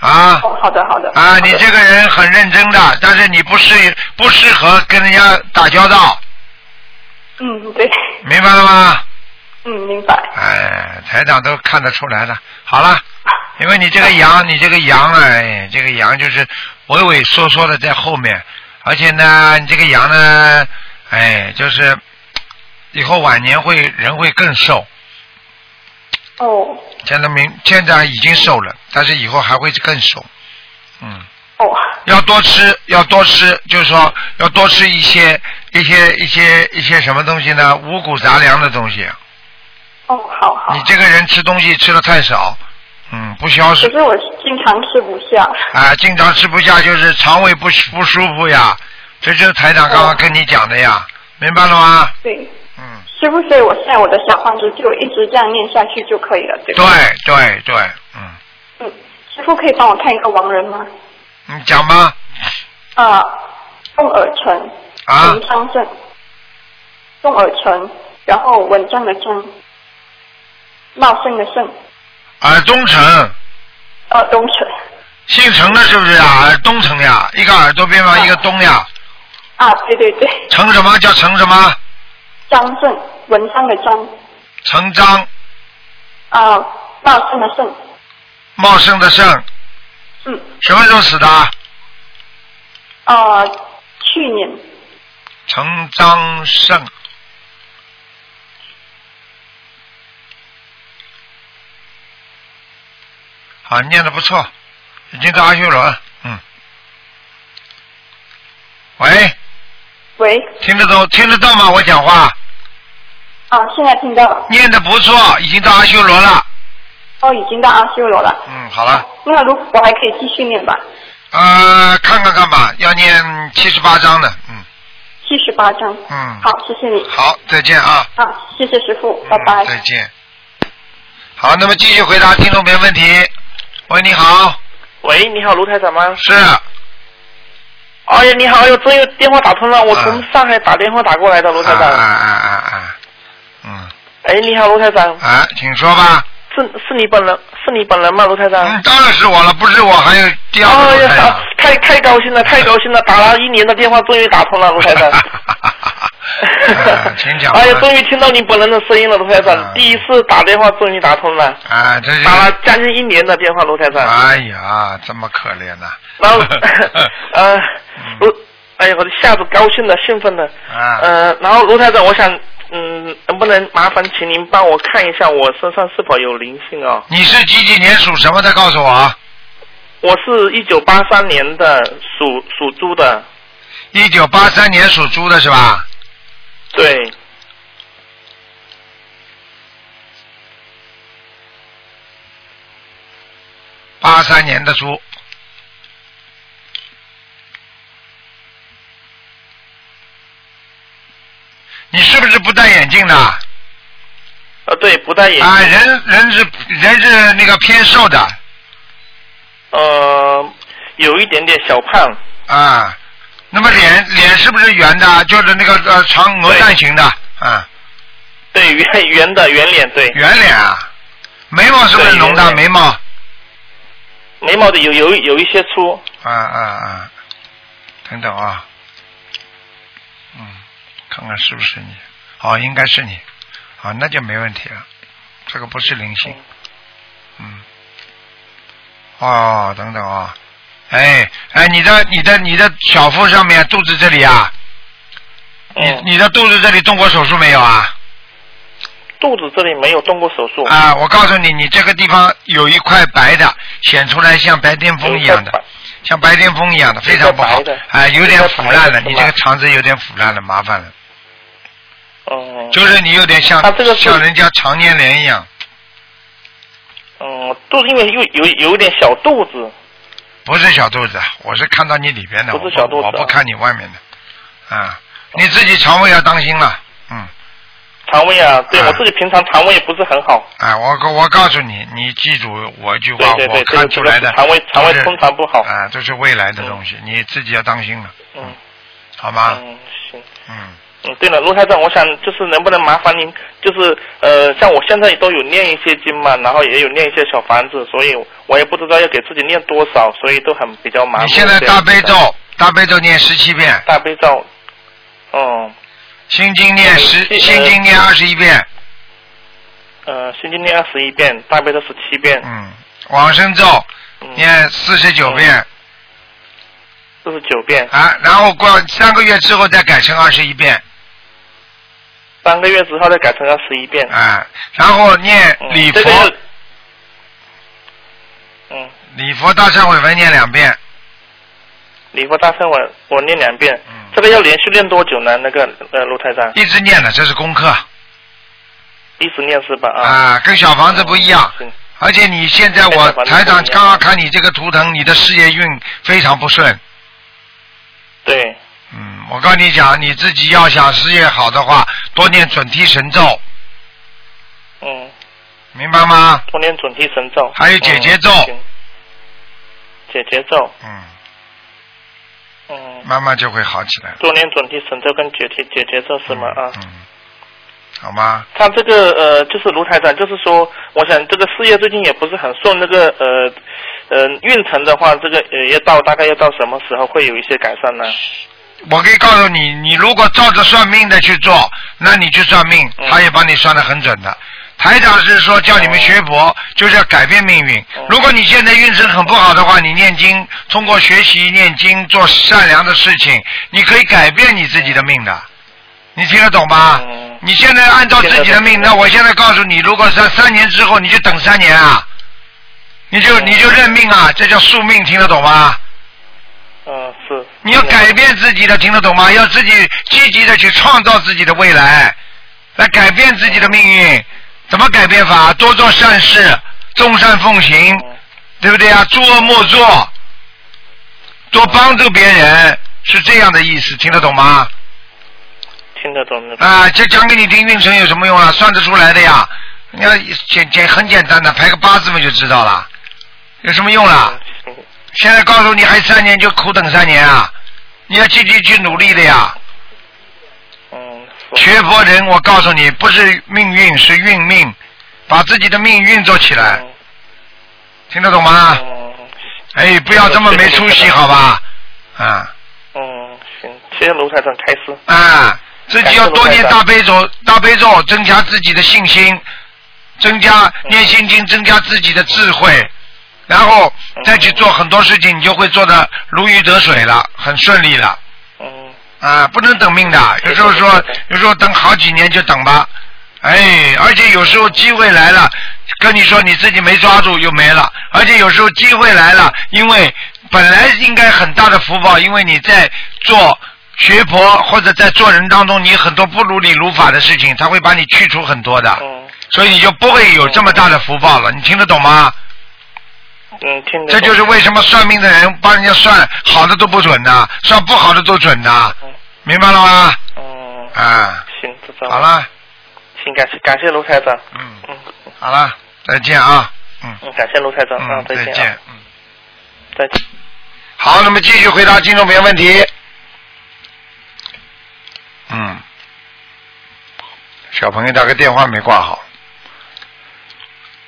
Speaker 1: 啊
Speaker 4: 哦，好的好的。
Speaker 1: 啊！你
Speaker 4: 好的
Speaker 1: 这个人很认真的，但是你不适不适合跟人家打交道，
Speaker 4: 嗯对，
Speaker 1: 明白了吗？
Speaker 4: 嗯明白。
Speaker 1: 哎，台长都看得出来了。好了，因为你这个羊，你这个羊啊，哎，这个羊就是畏畏缩缩的在后面，而且呢，你这个羊呢，哎，就是以后晚年会人会更瘦。
Speaker 4: 哦
Speaker 1: 现在明现在已经瘦了，但是以后还会更瘦。嗯，
Speaker 4: 哦
Speaker 1: 要多吃，要多吃，就是说要多吃一些一些一些一些什么东西呢？五谷杂粮的东西。
Speaker 4: 哦，好好。
Speaker 1: 你这个人吃东西吃的太少，嗯，不消
Speaker 4: 可
Speaker 1: 食
Speaker 4: 是我经常吃不下。
Speaker 1: 啊，经常吃不下就是肠胃不不舒服呀，这就是台长刚刚跟你讲的呀，明白了吗？
Speaker 4: 对，
Speaker 1: 嗯，
Speaker 4: 师傅，所以我现在我的小房子就一直这样念下去就可以了，对吧？
Speaker 1: 对对对，嗯，
Speaker 4: 对。嗯，师傅可以帮我看一个亡人吗？
Speaker 1: 你讲吧，
Speaker 4: 啊，宋尔成，
Speaker 1: 啊
Speaker 4: 文章正，宋尔成，然后文章的章，茂盛的盛，
Speaker 1: 耳东城。
Speaker 4: 呃，东城
Speaker 1: 姓陈的是不是啊？耳东城呀，一个耳朵边旁
Speaker 4: 啊
Speaker 1: 一个东呀。
Speaker 4: 啊，对对对，
Speaker 1: 陈什么叫陈什么？
Speaker 4: 张正，文章的章，
Speaker 1: 陈章，
Speaker 4: 啊，茂盛的盛，
Speaker 1: 茂盛的盛。
Speaker 4: 嗯，
Speaker 1: 什么时候死的啊？
Speaker 4: 啊，去年，
Speaker 1: 陈章盛。好，念的不错，已经到阿修罗了。嗯。喂，
Speaker 4: 喂，
Speaker 1: 听得懂听得到吗？我讲话
Speaker 4: 啊，现在听到了，
Speaker 1: 念的不错，已经到阿修罗了。
Speaker 4: 哦，已经到阿修罗了，
Speaker 1: 嗯，好了。
Speaker 4: 那如我还可以继续念吧，
Speaker 1: 呃，看看看吧，要念七十八章的，嗯
Speaker 4: 七十八章，
Speaker 1: 嗯，
Speaker 4: 好，谢谢你，
Speaker 1: 好，再见啊，
Speaker 4: 啊，谢谢师傅，拜拜
Speaker 1: 嗯，再见。好，那么继续回答听众朋友问题。喂，你好，
Speaker 5: 喂，你好，卢台长吗？
Speaker 1: 是啊
Speaker 5: 哎呀，你好，哎呦，终于电话打通了，我从
Speaker 1: 啊
Speaker 5: 上海打电话打过来的，卢台
Speaker 1: 啊啊
Speaker 5: 长。
Speaker 1: 啊啊啊，嗯，
Speaker 5: 哎，你好，卢台长，
Speaker 1: 啊，请说吧。
Speaker 5: 是是你本人，是你本人吗，卢台长？
Speaker 1: 嗯，当然是我了，不是我，还有第二
Speaker 5: 哎
Speaker 1: 个
Speaker 5: 呀
Speaker 1: 台长。， (laughs)
Speaker 5: 太太高兴了，太高兴了！打了一年的电话，终于打通了，卢台长。
Speaker 1: 啊，请讲吧。
Speaker 5: 哎呀，终于听到你本人的声音了，卢台
Speaker 1: 啊
Speaker 5: 长。第一次打电话终于打通了，
Speaker 1: 啊，这是。
Speaker 5: 打了将近一年的电话，卢台长。
Speaker 1: 哎呀，这么可怜呐、嗯 (laughs)
Speaker 5: 然后， (laughs) 呃，卢，哎呀，我一下子高兴的、兴奋的，
Speaker 1: 啊，
Speaker 5: 呃，然后卢台长，我想，嗯，能不能麻烦请您帮我看一下我身上是否有灵性哦？
Speaker 1: 你是几几年属什么的？告诉我啊。
Speaker 5: 我是一九八三年的，属属猪的，
Speaker 1: 一九八三年属猪的是吧？
Speaker 5: 对，
Speaker 1: 八三年的猪。你是不是不戴眼镜的？啊，
Speaker 5: 呃，对，不戴眼镜，
Speaker 1: 人人是人是那个偏瘦的
Speaker 5: 呃，有一点点小胖，
Speaker 1: 啊，那么脸脸是不是圆的？就是那个呃长鹅蛋型的啊，
Speaker 5: 对，圆圆的圆脸，对，
Speaker 1: 圆脸啊，眉毛是不是
Speaker 5: 对
Speaker 1: 浓的？
Speaker 5: 圆脸
Speaker 1: 眉毛。
Speaker 5: 眉毛的有有有一些粗，
Speaker 1: 啊啊啊！等等啊，嗯，看看是不是你？好，应该是你，好，那就没问题了。这个不是灵性，嗯。哦，等等啊，哎哎，你的你的你的小腹上面肚子这里啊，
Speaker 5: 嗯，
Speaker 1: 你的肚子这里动过手术没有啊？
Speaker 5: 肚子这里没有动过手术，
Speaker 1: 啊，我告诉你，你这个地方有一块白的，显出来像白癜风一样的
Speaker 5: 有一块白，
Speaker 1: 像白癜风一样的，非常不好
Speaker 5: 有一块白的，
Speaker 1: 啊，有点腐烂了，
Speaker 5: 有
Speaker 1: 你
Speaker 5: 一块白
Speaker 1: 这个
Speaker 5: 的是吧
Speaker 1: 肠子有点腐烂了，麻烦了，
Speaker 5: 嗯，
Speaker 1: 就是你有点像
Speaker 5: 啊这个是
Speaker 1: 像人家肠粘连一样，
Speaker 5: 嗯，肚子因为有有有一点小肚子，
Speaker 1: 不是小肚子，啊我是看到你里边的，
Speaker 5: 不是小肚子
Speaker 1: 我不我不
Speaker 5: 啊
Speaker 1: 看你外面的，啊，你自己肠胃要当心了，嗯，
Speaker 5: 肠胃啊，对
Speaker 1: 啊
Speaker 5: 我自己平常肠胃也不是很好，
Speaker 1: 啊，我告我告诉你，你记住我一句话，
Speaker 5: 对对对
Speaker 1: 我看出来的，
Speaker 5: 这个这个肠胃肠胃
Speaker 1: 都是
Speaker 5: 通常不好
Speaker 1: 啊，这是未来的东西，你自己要当心了，
Speaker 5: 嗯
Speaker 1: 好吗？
Speaker 5: 嗯行。
Speaker 1: 嗯。
Speaker 5: 嗯，对了，卢台长，我想就是能不能麻烦您，就是呃，像我现在都有念一些经嘛，然后也有念一些小房子，所以我也不知道要给自己念多少，所以都很比较麻烦。
Speaker 1: 你现在
Speaker 5: 这样
Speaker 1: 大
Speaker 5: 子的
Speaker 1: 悲咒，大悲咒念十七遍，
Speaker 5: 大悲咒，嗯
Speaker 1: 心经念十，
Speaker 5: 嗯
Speaker 1: 心经念二十一遍，
Speaker 5: 呃，心经念二十一遍，大悲咒十七 (laughs) 遍，
Speaker 1: 嗯，往生咒
Speaker 5: 嗯，
Speaker 1: 念四十九遍
Speaker 5: 四十九遍，
Speaker 1: 啊，然后过三个月之后再改成二十一遍
Speaker 5: 三个月之后再改成二十一遍。
Speaker 1: 啊，然后念
Speaker 5: 嗯
Speaker 1: 礼
Speaker 5: 这个
Speaker 1: 佛
Speaker 5: 是，嗯，
Speaker 1: 礼佛大忏悔文念两遍，
Speaker 5: 礼佛大圣我我念两遍，
Speaker 1: 嗯
Speaker 5: 这个要连续念多久呢？那个呃，卢台长
Speaker 1: 一直念的，这是功课
Speaker 5: 一直念是吧？啊，嗯
Speaker 1: 啊，跟小房子不一样。
Speaker 5: 行
Speaker 1: 而且你现在我
Speaker 5: 跟小房子不一
Speaker 1: 台
Speaker 5: 样
Speaker 1: 长刚刚看你这个图腾，你的事业运非常不顺。
Speaker 5: 对。
Speaker 1: 嗯，我跟你讲，你自己要想事业好的话，多念准提神咒，
Speaker 5: 嗯，
Speaker 1: 明白吗？
Speaker 5: 多念准提神咒，
Speaker 1: 还有姐姐咒
Speaker 5: 嗯行姐姐咒，
Speaker 1: 嗯，
Speaker 5: 嗯，
Speaker 1: 慢慢就会好起来了。
Speaker 5: 多念准提神咒跟姐姐姐姐咒是吗？啊，
Speaker 1: 嗯，好吗？
Speaker 5: 他这个呃，就是卢台长，就是说，我想这个事业最近也不是很顺，那个呃呃运程的话，这个呃要到大概要到什么时候会有一些改善呢？
Speaker 1: 我可以告诉你，你如果照着算命的去做，那你去算命，
Speaker 5: 嗯
Speaker 1: 他也帮你算得很准的。台长是说叫你们学
Speaker 5: 嗯
Speaker 1: 佛，就是要改变命运
Speaker 5: 哦。
Speaker 1: 如果你现在运程很不好的话，你念经，通过学习念经做善良的事情，你可以改变你自己的命的。你听得懂吗？
Speaker 5: 嗯
Speaker 1: 你现在按照自己的命，
Speaker 5: 听得懂
Speaker 1: 那我现在告诉你，如果三三年之后，你就等三年啊，你就
Speaker 5: 嗯
Speaker 1: 你就认命啊，这叫宿命，听得懂吗？
Speaker 5: 嗯，是。
Speaker 1: 你要改变自己的，听得懂吗？要自己积极的去创造自己的未来，来改变自己的命运。怎么改变法？多做善事，众善奉行，
Speaker 5: 嗯
Speaker 1: 对不对啊？诸恶莫作，多帮助别人，是这样的意思，听得懂吗？
Speaker 5: 听得懂的。
Speaker 1: 啊，这讲给你听运程有什么用啊？算得出来的呀。你要简简很简单的，排个八字嘛就知道了，有什么用啦？
Speaker 5: 嗯
Speaker 1: 现在告诉你还三年就苦等三年啊！你要积极去努力的呀。
Speaker 5: 嗯，是。
Speaker 1: 学佛人，我告诉你，不是命运，是运命，把自己的命运做起来，
Speaker 5: 嗯
Speaker 1: 听得懂吗？
Speaker 5: 嗯
Speaker 1: 哎，不要这么没出息，好吧？啊
Speaker 5: 嗯，行，谢谢卢台长开示。
Speaker 1: 啊，自己要多念大悲咒，大悲咒增加自己的信心，增加念心经，增加自己的智慧，然后再去做很多事情，你就会做的如鱼得水了，很顺利了。
Speaker 5: 嗯，
Speaker 1: 啊，不能等命的，有时候说，有时候等好几年就等吧。哎，而且有时候机会来了，跟你说你自己没抓住又没了，而且有时候机会来了，因为本来应该很大的福报，因为你在做学佛或者在做人当中，你很多不如理如法的事情，他会把你去除很多的，
Speaker 5: 嗯
Speaker 1: 所以你就不会有这么大的福报了。你听得懂吗？
Speaker 5: 嗯，听得
Speaker 1: 这
Speaker 5: 懂
Speaker 1: 就是为什么算命的人帮人家算好的都不准的，算不好的都准的，明白了吗？
Speaker 5: 嗯，
Speaker 1: 啊，
Speaker 5: 行，知道
Speaker 1: 好，了，
Speaker 5: 行，感谢感谢卢台长，
Speaker 1: 嗯，
Speaker 5: 嗯
Speaker 1: 好了，再见啊，嗯
Speaker 5: 嗯，感谢卢台长，啊
Speaker 1: 嗯，，再
Speaker 5: 见啊，
Speaker 1: 见，嗯。
Speaker 5: 再见。
Speaker 1: 好，那么继续回答听众朋友问题。嗯，小朋友打个电话没挂好，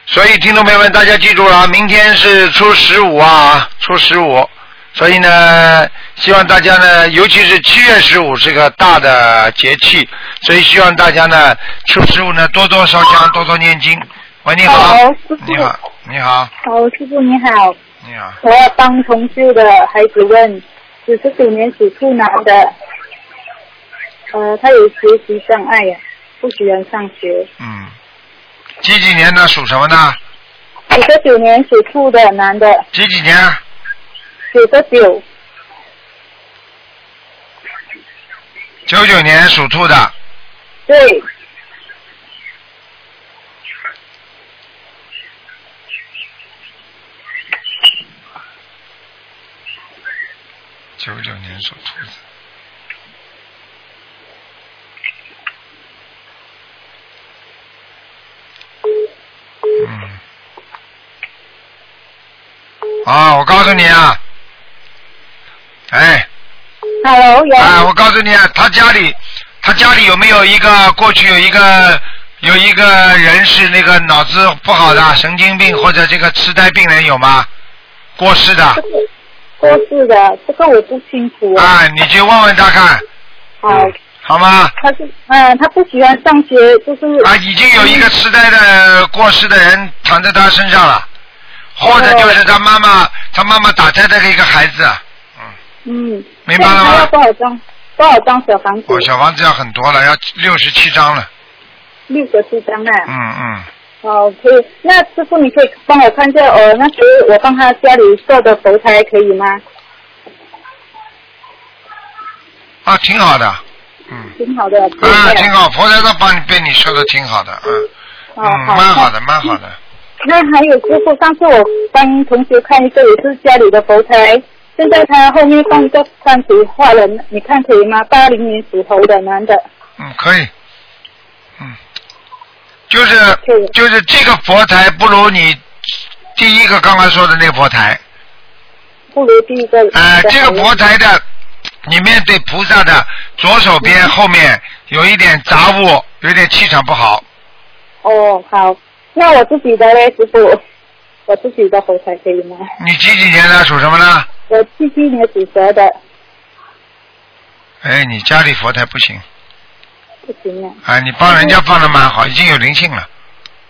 Speaker 1: 所以听众朋友们，大家记住了，明天是初十五啊，初十五，所以呢，希望大家呢，尤其是七月十五是个大的节气，所以希望大家呢，初十五呢多多烧香，多多念经。喂，你好
Speaker 6: 好师，傅
Speaker 1: 你好，你好，
Speaker 6: 好，师傅你好，
Speaker 1: 你好，
Speaker 6: 我要帮同修的孩子问，九十九年属兔男的，呃，他有学习障碍呀、不喜欢上学。
Speaker 1: 嗯，几几年的属什么呢？
Speaker 6: 九十九年属兔的男的，
Speaker 1: 几几年？
Speaker 6: 九十九，
Speaker 1: 九九年属兔的，
Speaker 6: 对，
Speaker 1: 九九年属兔的。嗯。啊，我告诉你啊，哎，
Speaker 6: Hello，有、
Speaker 1: 哎，我告诉你啊，他家里，他家里有没有一个过去有一个有一个人是那个脑子不好的神经病或者这个痴呆病人有吗？过世的。
Speaker 6: 这个过世的，这个我不清楚啊。
Speaker 1: 啊，你去问问他看，啊
Speaker 6: 好，
Speaker 1: 好吗？
Speaker 6: 他是，嗯、他不喜欢上学，就是
Speaker 1: 啊，已经有一个痴呆的过世的人躺在他身上了，或者就是他妈妈，他妈妈打胎的一个孩子，啊
Speaker 6: 嗯，
Speaker 1: 明白了
Speaker 6: 那他要
Speaker 1: 吗？
Speaker 6: 多少张？多少张小房子？
Speaker 1: 哦，小房子要很多了，要六十七张了。
Speaker 6: 六十四张啊。
Speaker 1: 嗯嗯，
Speaker 6: 好，可以。那师傅，你可以帮我看一下，呃，那时我帮他家里做的佛台可以吗？
Speaker 1: 啊，挺好的，嗯，
Speaker 6: 挺好的。可以
Speaker 1: 啊，
Speaker 6: 的
Speaker 1: 挺好，佛台都帮你被你说的挺好的，嗯，
Speaker 6: 哦
Speaker 1: 嗯，
Speaker 6: 好
Speaker 1: 蛮好的，蛮好的，
Speaker 6: 那还有师傅，上次我帮同学看一个也是家里的佛台，现在他后面放一个山水画了，你看可以吗？八零年属猴的男的。
Speaker 1: 嗯，可以，嗯，就是
Speaker 6: 可以
Speaker 1: 就是这个佛台不如你第一个刚刚说的那个佛台，
Speaker 6: 不如第一个。
Speaker 1: 呃，这个佛台的，你面对菩萨的左手
Speaker 6: 嗯
Speaker 1: 边后面有一点杂物，有点气场不好。
Speaker 6: 哦，好。那我自己的嘞，师傅，我自己的佛台可以吗？
Speaker 1: 你几几年的属什么呢？
Speaker 6: 我七七年属蛇的，
Speaker 1: 哎，你家里佛台不行
Speaker 6: 不行啊。
Speaker 1: 啊、你帮人家放的蛮好，已经有灵性了。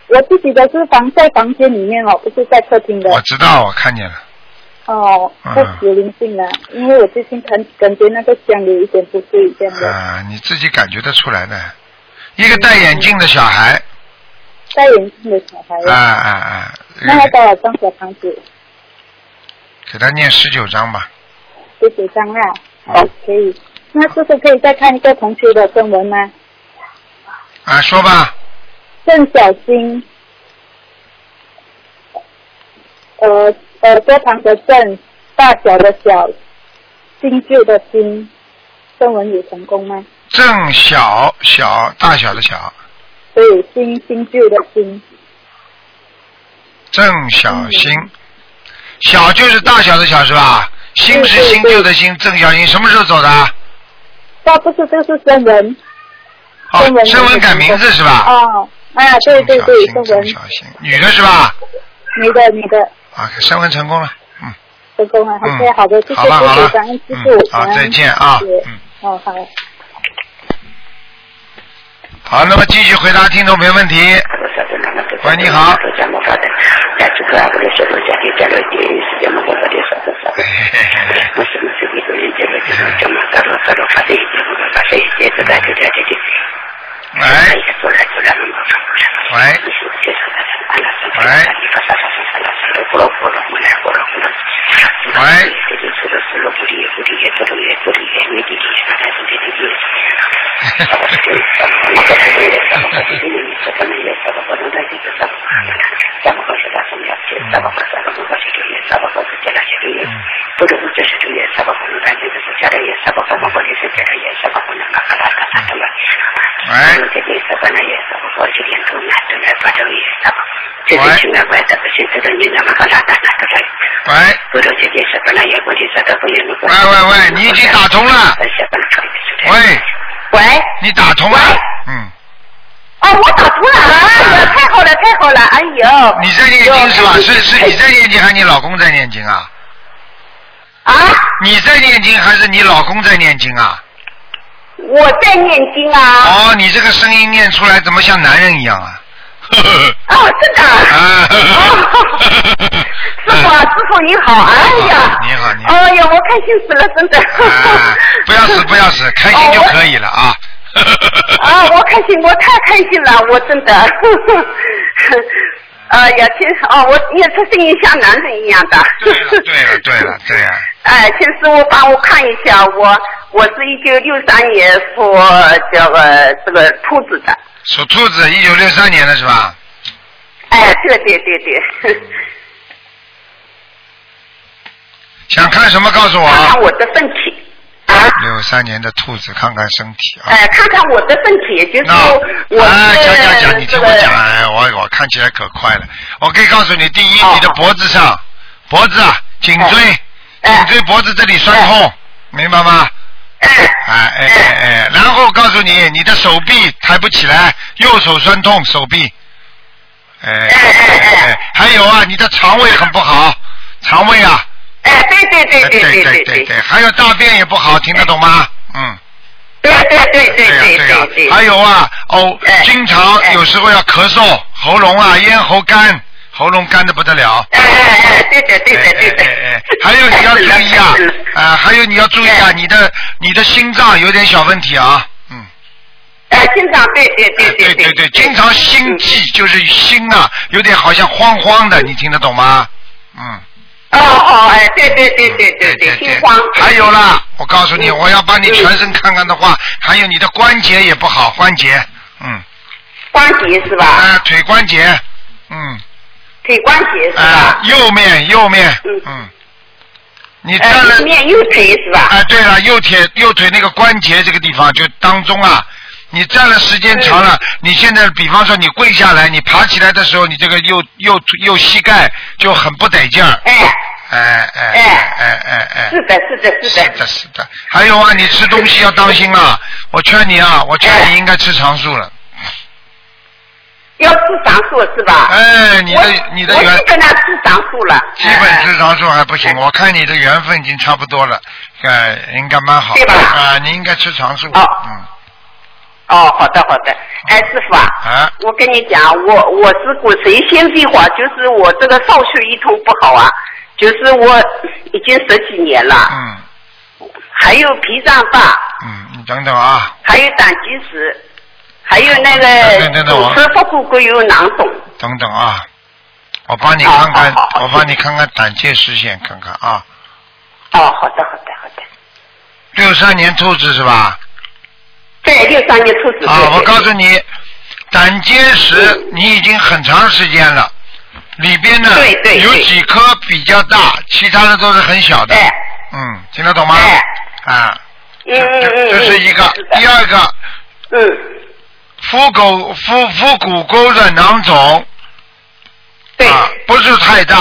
Speaker 6: 我自己的是房在房间里面哦，不是在客厅的。
Speaker 1: 我知道，我看见了。
Speaker 6: 哦，
Speaker 1: 嗯
Speaker 6: 不有灵性了，因为我最近感感觉那个香有一点不对，嗯这样的。
Speaker 1: 啊、你自己感觉得出来的。一个戴眼镜的小孩，
Speaker 6: 戴眼镜的小孩
Speaker 1: 啊啊
Speaker 6: 啊，
Speaker 1: 啊，
Speaker 6: 那还多少张小房子？
Speaker 1: 给他念十九章吧。
Speaker 6: 十九张啊，好，可以。那师傅可以再看一个同学的中文吗？
Speaker 1: 啊，说吧，
Speaker 6: 郑小金，呃呃，多旁的郑，大小的小，新旧的新，中文有成功吗？
Speaker 1: 正小小大小的小，
Speaker 6: 对，新新旧的新，
Speaker 1: 正小心，小就是大小的小是吧？新是新旧的新，正小心什么时候走的？
Speaker 6: 那不是就是中文。
Speaker 1: 哦
Speaker 6: 中文，
Speaker 1: 声纹改名字是吧？
Speaker 6: 哦，啊，对对对，
Speaker 1: 郑
Speaker 6: 中
Speaker 1: 小
Speaker 6: 文
Speaker 1: 心，，郑小心，女的是吧？
Speaker 6: 你的你的
Speaker 1: 啊，声纹成功了，嗯
Speaker 6: 成功了
Speaker 1: 嗯
Speaker 6: ，OK，好的，谢谢
Speaker 1: 好了嗯
Speaker 6: 谢
Speaker 1: 好
Speaker 6: 谢，哦
Speaker 1: 了
Speaker 6: 感恩，师
Speaker 1: 嗯
Speaker 6: 傅，
Speaker 1: 好
Speaker 6: 感恩
Speaker 1: 再见啊
Speaker 6: 谢谢
Speaker 1: 嗯
Speaker 6: 哦好。
Speaker 1: 好，那么继续回答听众没问
Speaker 6: (laughs)
Speaker 1: 题。喂，你好。喂喂喂喂，喂喂喂喂喂，你已经打通了。喂，
Speaker 7: 喂，
Speaker 1: 你打通了。嗯，
Speaker 7: 哦，我打通了，哎呀，太好了，太好了，哎呦，
Speaker 1: 你在念经是吧？是是你在念经还是你老公在念经啊？
Speaker 7: 啊，
Speaker 1: 你在念经还是你老公在念经啊？
Speaker 7: 我在念经啊，
Speaker 1: 哦，你这个声音念出来怎么像男人一样啊？ (laughs) 呵呵
Speaker 7: 哦，真的哦
Speaker 1: 呵。啊呵呵 (laughs) 呵呵
Speaker 7: 师傅啊，师傅你好，哎呀，
Speaker 1: 啊
Speaker 7: 哦
Speaker 1: 你好你好
Speaker 7: 哎呀，我开心死了，真的。
Speaker 1: 啊，不要死不要死，开心就可以了
Speaker 7: (laughs)
Speaker 1: 啊。
Speaker 7: 啊，我开心，我太开心了，我真的。 (laughs) 哎呀，其实哦，我也是声音像男人一样的。
Speaker 1: 对了对了对
Speaker 7: (laughs)
Speaker 1: 了对了，
Speaker 7: 哎，请师傅帮我看一下，我我是一九六三年属这个这个兔子的，
Speaker 1: 属兔子，一九六三年的是吧？
Speaker 7: 哎，对对对对，
Speaker 1: 想看什么告诉我
Speaker 7: 看
Speaker 1: 啊
Speaker 7: (laughs) 看？我的身体啊，
Speaker 1: 六三年的兔子，看看身体啊。
Speaker 7: 哎，看看我的身体，就是
Speaker 1: 那
Speaker 7: 我
Speaker 1: 哎，讲讲
Speaker 7: 的
Speaker 1: 讲，你
Speaker 7: 这
Speaker 1: 听
Speaker 7: 个
Speaker 1: 我讲，哎，我我看起来可快了。我可以告诉你，第一，
Speaker 7: 哦
Speaker 1: 你的脖子上，脖子啊，颈椎，
Speaker 7: 哎
Speaker 1: 颈椎脖子这里酸痛，明白吗？
Speaker 7: 哎
Speaker 1: 哎哎哎哎，然后告诉你，你的手臂抬不起来，右手酸痛，手臂。哎哎哎哎，还有啊，你的肠胃很不好，肠胃啊，
Speaker 7: 哎，对对对
Speaker 1: 哎
Speaker 7: 对
Speaker 1: 对
Speaker 7: 对
Speaker 1: 对
Speaker 7: 对
Speaker 1: 对，还有大便也不好，听得懂吗？嗯。
Speaker 7: 对对对
Speaker 1: 呀、对
Speaker 7: 对
Speaker 1: 呀、
Speaker 7: 对对，
Speaker 1: 还有啊，哦，
Speaker 7: 哎
Speaker 1: 经常
Speaker 7: 哎
Speaker 1: 有时候要咳嗽，喉咙啊，咽喉干，喉咙干的不得了。
Speaker 7: 哎哎哎，对的对
Speaker 1: 哎
Speaker 7: 的对
Speaker 1: 哎
Speaker 7: 的
Speaker 1: 哎哎，，还有你要注意
Speaker 7: (laughs)
Speaker 1: 啊
Speaker 7: 是的是，的
Speaker 1: 啊，还有你要注意啊，
Speaker 7: 哎
Speaker 1: 你的你的心脏有点小问题啊，嗯，
Speaker 7: 哎，经常对对
Speaker 1: 哎
Speaker 7: 对
Speaker 1: (laughs) 对
Speaker 7: 对
Speaker 1: 对，经常心
Speaker 7: 嗯
Speaker 1: 悸，就是心啊，有点好像慌慌的，你听得懂吗？嗯。
Speaker 7: 哦哦哎，对对对对对对，心慌，
Speaker 1: 还有啦，我告诉你，
Speaker 7: 嗯
Speaker 1: 我要帮你
Speaker 7: 嗯
Speaker 1: 全身看看的话，还有你的关节也不好，关节，嗯，
Speaker 7: 关节是吧？
Speaker 1: 啊，腿关节，嗯，
Speaker 7: 腿关节是
Speaker 1: 啊
Speaker 7: 吧，？
Speaker 1: 右面，右面
Speaker 7: 嗯，
Speaker 1: 嗯，你站
Speaker 7: 呃，
Speaker 1: 了
Speaker 7: 一，面右腿是吧？
Speaker 1: 哎，对了，右腿右腿那个关节这个地方就当中啊，你站了时间长了，你现在比方说你跪下来，你爬起来的时候，你这个右右腿右膝盖就很不得劲儿，
Speaker 7: 哎，
Speaker 1: 哎哎
Speaker 7: 哎
Speaker 1: 哎哎哎，
Speaker 7: 是的，是的，
Speaker 1: 是
Speaker 7: 是的。
Speaker 1: 的，是的。还有啊，你吃东西要当心啊！我劝你啊，我
Speaker 7: 哎
Speaker 1: 劝你应该吃常素了。
Speaker 7: 要吃长素是吧？
Speaker 1: 哎，你
Speaker 7: 我
Speaker 1: 的你的
Speaker 7: 我
Speaker 1: 缘
Speaker 7: 基本上吃长素了。
Speaker 1: 基本吃
Speaker 7: 哎
Speaker 1: 常素还不行，我看你的缘分已经差不多了，哎，应该蛮好。
Speaker 7: 对吧
Speaker 1: 啊，你应该吃常素。
Speaker 7: 哦
Speaker 1: 嗯。
Speaker 7: 哦，好的好的，哎，师傅啊，
Speaker 1: 啊
Speaker 7: 我跟你讲，我我是骨髓纤维化，就是我这个少血一通不好啊，就是我已经十几年了，
Speaker 1: 嗯
Speaker 7: 还有脾脏发，
Speaker 1: 嗯，你等等啊，
Speaker 7: 还有胆结石，还有那
Speaker 1: 等等
Speaker 7: 个
Speaker 1: 等等我
Speaker 7: 骨质腹股沟有囊肿，
Speaker 1: 等等啊，我帮你看看
Speaker 7: 好好，好
Speaker 1: 我帮你看看胆结石先看看啊。
Speaker 7: 哦，好的好的好的，
Speaker 1: 六三年兔子是吧？
Speaker 7: 对，六三年出子，
Speaker 1: 啊
Speaker 7: 对，
Speaker 1: 我告，诉
Speaker 7: 对
Speaker 1: 你，胆结石你已经很长时间了，里边呢
Speaker 7: 对对对
Speaker 1: 有几颗比较大，其他的都是很小的。
Speaker 7: 哎
Speaker 1: 嗯，听得懂吗？
Speaker 7: 哎
Speaker 1: 啊，
Speaker 7: 嗯嗯嗯，
Speaker 1: 这是
Speaker 7: 嗯
Speaker 1: 一个
Speaker 7: 是。的
Speaker 1: 第二个，
Speaker 7: 嗯，
Speaker 1: 腹股腹腹股沟的囊肿
Speaker 7: 对，
Speaker 1: 啊，不是太大，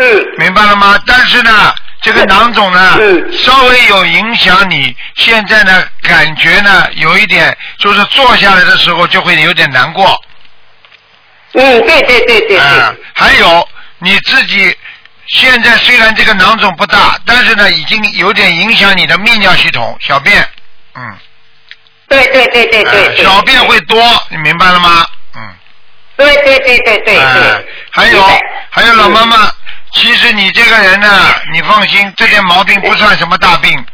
Speaker 7: 嗯，
Speaker 1: 明白了吗？但是呢，这个囊肿呢，
Speaker 7: 嗯
Speaker 1: 稍微有影响你现在呢，感觉呢有一点，就是坐下来的时候就会有点难过。
Speaker 7: 嗯，对对对对对，
Speaker 1: 啊，还有你自己现在虽然这个囊肿不大，但是呢，已经有点影响你的泌尿系统、小便。嗯，
Speaker 7: 对对对对对
Speaker 1: 哎
Speaker 7: 对，
Speaker 1: 小便会多，你明白了吗？嗯。
Speaker 7: 对对对对对
Speaker 1: 哎
Speaker 7: 对，
Speaker 1: 还有还有
Speaker 7: 嗯
Speaker 1: 老妈妈，其实你这个人呢，你放心，这点毛病不算什么大病，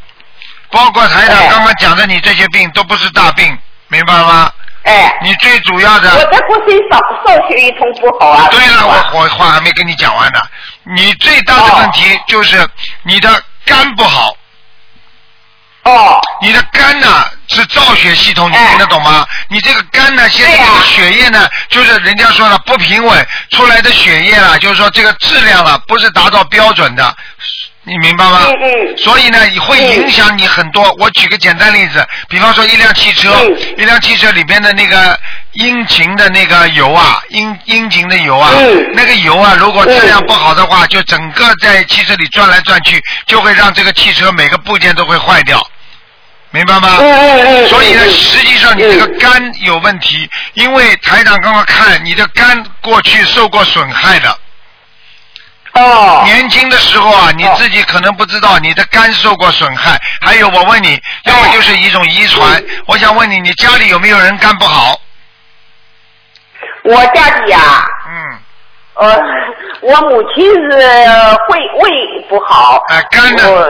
Speaker 1: 包括台长
Speaker 7: 哎
Speaker 1: 刚刚讲的你这些病都不是大病，明白吗？
Speaker 7: 哎，
Speaker 1: 你最主要的，
Speaker 7: 我这不是少少血一通不好啊，
Speaker 1: 啊对
Speaker 7: 是
Speaker 1: 了，
Speaker 7: 吧
Speaker 1: 我我话还没跟你讲完呢，你最大的问题就是你的肝不好，
Speaker 7: 哦
Speaker 1: 你的肝呢是造血系统，你
Speaker 7: 哎
Speaker 1: 听得懂吗？你这个肝呢，现在
Speaker 7: 对
Speaker 1: 这
Speaker 7: 呀
Speaker 1: 个血液呢，就是人家说了不平稳，出来的血液啊，就是说这个质量啊，不是达到标准的，你明白吗？
Speaker 7: 嗯嗯
Speaker 1: 所以呢，会影响你很多。我举个简单例子，比方说一辆汽车，
Speaker 7: 嗯
Speaker 1: 一辆汽车里边的那个引擎的那个油啊，引引擎的油啊，
Speaker 7: 嗯
Speaker 1: 那个油啊，如果质量不好的话，就整个在汽车里转来转去，就会让这个汽车每个部件都会坏掉。明白吗？
Speaker 7: 嗯嗯嗯
Speaker 1: 啊所以呢，
Speaker 7: 嗯嗯
Speaker 1: 实际上你这个肝有问题，因为台长刚刚看你的肝过去受过损害的。
Speaker 7: 哦，
Speaker 1: 年轻的时候啊，你自己可能不知道，你的肝受过损害。还有，我问你，要
Speaker 7: 哦
Speaker 1: 么就是一种遗传。
Speaker 7: 嗯
Speaker 1: 我想问你，你家里有没有人肝不好？
Speaker 7: 我家里啊，
Speaker 1: 嗯，
Speaker 7: 呃，我母亲是呃胃胃不好，
Speaker 1: 哎肝呢
Speaker 7: 我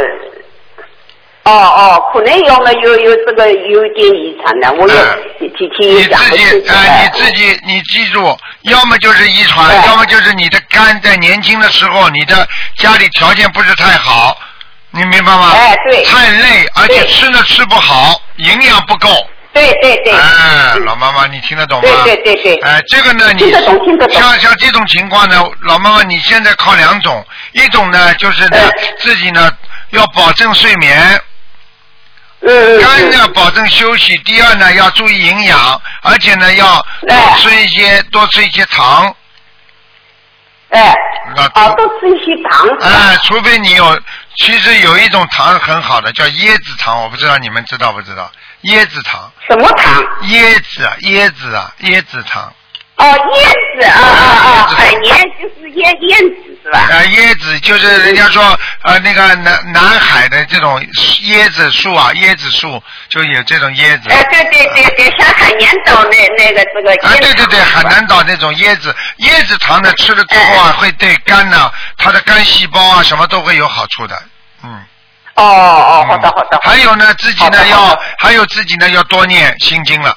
Speaker 7: 哦哦，可能要么有有这个有点遗传的，我
Speaker 1: 哎
Speaker 7: 也提前也
Speaker 1: 你
Speaker 7: 讲
Speaker 1: 自
Speaker 7: 不清
Speaker 1: 己
Speaker 7: 楚
Speaker 1: 哎
Speaker 7: 哎，
Speaker 1: 你自己你记住，要么就是遗传，
Speaker 7: 对
Speaker 1: 要么就是你的肝在年轻的时候，你的家里条件不是太好，你明白吗？
Speaker 7: 哎对
Speaker 1: 太累，而且
Speaker 7: 对
Speaker 1: 吃呢吃不好，营养不够。
Speaker 7: 对对对，
Speaker 1: 哎，老妈妈，你听得懂吗？
Speaker 7: 对对对对
Speaker 1: 哎，这个呢，你
Speaker 7: 听得懂听得懂
Speaker 1: 像像这种情况呢，老妈妈，你现在靠两种，一种呢就是呢
Speaker 7: 嗯
Speaker 1: 自己呢要保证睡眠，
Speaker 7: 嗯嗯
Speaker 1: 肝
Speaker 7: 嗯
Speaker 1: 呢保证休息，第二呢要注意营养，而且呢要多
Speaker 7: 哎
Speaker 1: 吃一些多吃一些糖，
Speaker 7: 哎
Speaker 1: 那，
Speaker 7: 啊，都是一些糖是吧
Speaker 1: 哎，除非你有，其实有一种糖很好的叫椰子糖，我不知道你们知道不知道？椰子糖，
Speaker 7: 什么糖？
Speaker 1: 椰子啊，椰子啊，椰子糖。
Speaker 7: 哦，椰子啊啊啊，哎，椰就是椰椰子是吧？
Speaker 1: 啊，椰子就是人家说呃那个南南海的这种椰子树啊，椰子树就有这种椰子。
Speaker 7: 哎，对对对对，像海南岛那那个这个椰子
Speaker 1: 啊，对对对，
Speaker 7: 是吧
Speaker 1: 海南岛那种椰子，椰子糖呢吃了之后啊，会对肝呐、它的肝细胞啊什么都会有好处的。嗯。
Speaker 7: 哦哦，好的好的。好的
Speaker 1: 还有呢，自己
Speaker 7: 好的
Speaker 1: 呢
Speaker 7: 好的
Speaker 1: 要，还有自己呢要多念心经了。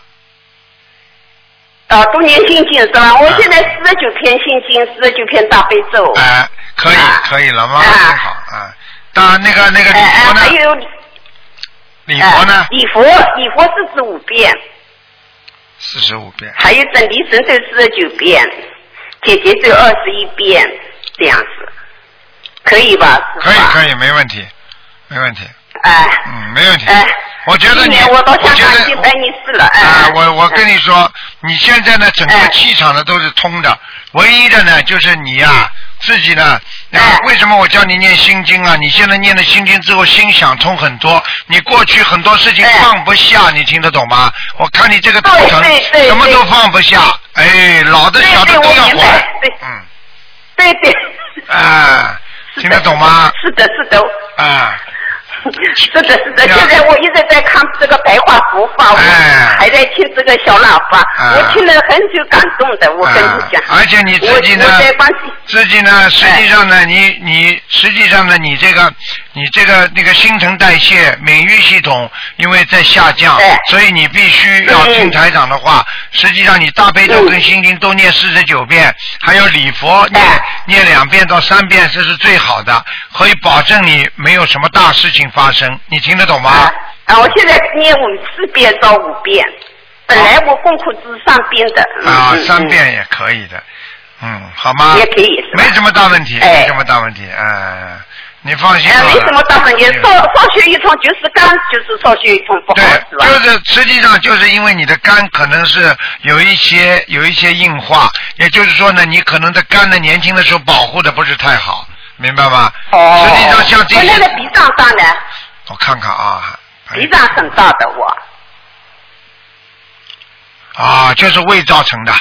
Speaker 7: 啊，多年心经是吧？我现在四十九篇心经，四十九篇大悲咒。
Speaker 1: 哎、可以
Speaker 7: 哦啊
Speaker 1: 可以了，妈妈
Speaker 7: 啊
Speaker 1: 挺好啊。当然那个那个
Speaker 7: 哎
Speaker 1: 礼
Speaker 7: 哎
Speaker 1: 佛
Speaker 7: 还
Speaker 1: 呢，
Speaker 7: 有哎
Speaker 1: 礼
Speaker 7: 礼
Speaker 1: 佛呢
Speaker 7: 礼佛礼佛四十五遍，
Speaker 1: 四十五遍。
Speaker 7: 还有整理神咒四十九遍，姐姐咒二十一遍，这样子，可以吧？
Speaker 1: 可以可
Speaker 7: 以。
Speaker 1: 以，没问题，没问题。
Speaker 7: 哎、
Speaker 1: 嗯，没问题。
Speaker 7: 哎，
Speaker 1: 我觉得
Speaker 7: 今
Speaker 1: 你，
Speaker 7: 年我到香
Speaker 1: 觉
Speaker 7: 港
Speaker 1: 得
Speaker 7: 去拜你师了，哎、
Speaker 1: 啊，我我跟你说，你现在呢，整个
Speaker 7: 哎
Speaker 1: 气场呢都是通的，唯一的呢就是你呀、自己呢，啊
Speaker 7: 哎，
Speaker 1: 为什么我叫你念心经啊？你现在念了心经之后，心想通很多，你过去很多事情
Speaker 7: 哎
Speaker 1: 放不下，你听得懂吗？我看你这个图腾
Speaker 7: 对对，对
Speaker 1: 什么都放不下，哎，老的
Speaker 7: 对
Speaker 1: 小的
Speaker 7: 对
Speaker 1: 都
Speaker 7: 我
Speaker 1: 要
Speaker 7: 明
Speaker 1: 管
Speaker 7: 白，对
Speaker 1: 嗯，
Speaker 7: 对对，
Speaker 1: 啊，听得懂吗？
Speaker 7: (laughs) 是的，是的。
Speaker 1: 啊，
Speaker 7: (laughs) 是的，是的，
Speaker 1: 呀
Speaker 7: 现在我一直在看这个白话佛法，我
Speaker 1: 哎
Speaker 7: 还在听这个小喇叭，
Speaker 1: 啊
Speaker 7: 我听了很久感动的，我跟你讲。
Speaker 1: 啊而且你自己呢
Speaker 7: 我我在关系，
Speaker 1: 自己
Speaker 7: 哎
Speaker 1: 呢，实际上呢，你你实际上呢，你这个你这个那个新陈代谢、免疫系统因为在下降
Speaker 7: 哎，
Speaker 1: 所以你必须要
Speaker 7: 嗯
Speaker 1: 听台长的话。实际上，你大悲咒跟心经都念四十九遍，还有礼佛念
Speaker 7: 哎
Speaker 1: 念两遍到三遍，这是最好的，可以保证你没有什么大事情发生。你听得懂吗
Speaker 7: 啊？，啊，我现在念五四遍到五遍，本来我功课是三遍的。嗯
Speaker 1: 啊，
Speaker 7: 嗯
Speaker 1: 三
Speaker 7: 嗯
Speaker 1: 遍也可以的，嗯，好吗？
Speaker 7: 也可以是
Speaker 1: 没
Speaker 7: 吧
Speaker 1: 什么大问题，
Speaker 7: 哎
Speaker 1: 没什么大问题，哎，你放心
Speaker 7: 哎，
Speaker 1: 好了。
Speaker 7: 没什么大问题，
Speaker 1: 嗯
Speaker 7: 少少学一通就是刚就是少学一通不好是吧？
Speaker 1: 对，就是实际上就是因为你的肝可能是有一些有一些硬化，也就是说呢，你可能的肝呢年轻的时候保护的不是太好，明白吗？
Speaker 7: 哦，
Speaker 1: 实际上像这
Speaker 7: 我那个
Speaker 1: 些，
Speaker 7: 鼻脏大呢，
Speaker 1: 我看看啊，哎
Speaker 7: 鼻脏很大的我。
Speaker 1: 啊，就是胃造成的，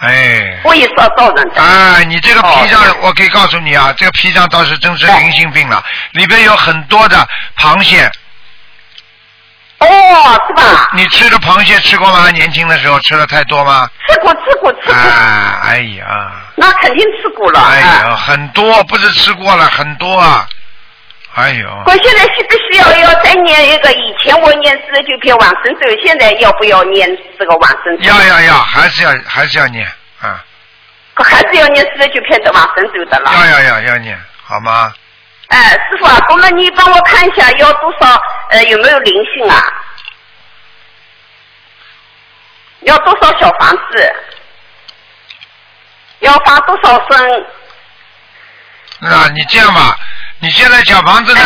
Speaker 1: 哎。
Speaker 7: 我也是造人的。
Speaker 1: 啊，你这个脾脏，
Speaker 7: 哦
Speaker 1: 我可以告诉你啊，这个脾脏倒是真是灵性病了，里边有很多的螃蟹，
Speaker 7: 哦，是吧？
Speaker 1: 你吃的螃蟹吃过吗？年轻的时候吃的太多吗？
Speaker 7: 吃过吃过吃过，
Speaker 1: 啊，哎呀，
Speaker 7: 那肯定吃过了。
Speaker 1: 哎
Speaker 7: 啊
Speaker 1: 呀，很多不是吃过了，很多啊，哎呦
Speaker 7: 我，现在是必须要要再念一个，以前我念四十九篇往生咒，现在要不要念这个往生咒？
Speaker 1: 要要要，还是要还是要念啊，
Speaker 7: 还是要念四十九篇的往生咒的了。
Speaker 1: 要要要要念，好吗？
Speaker 7: 哎，师傅啊，那么你帮我看一下要多少呃有没有灵性啊？要多少小房子？要发多少声？
Speaker 1: 那你这样吧，你现在小房子呢？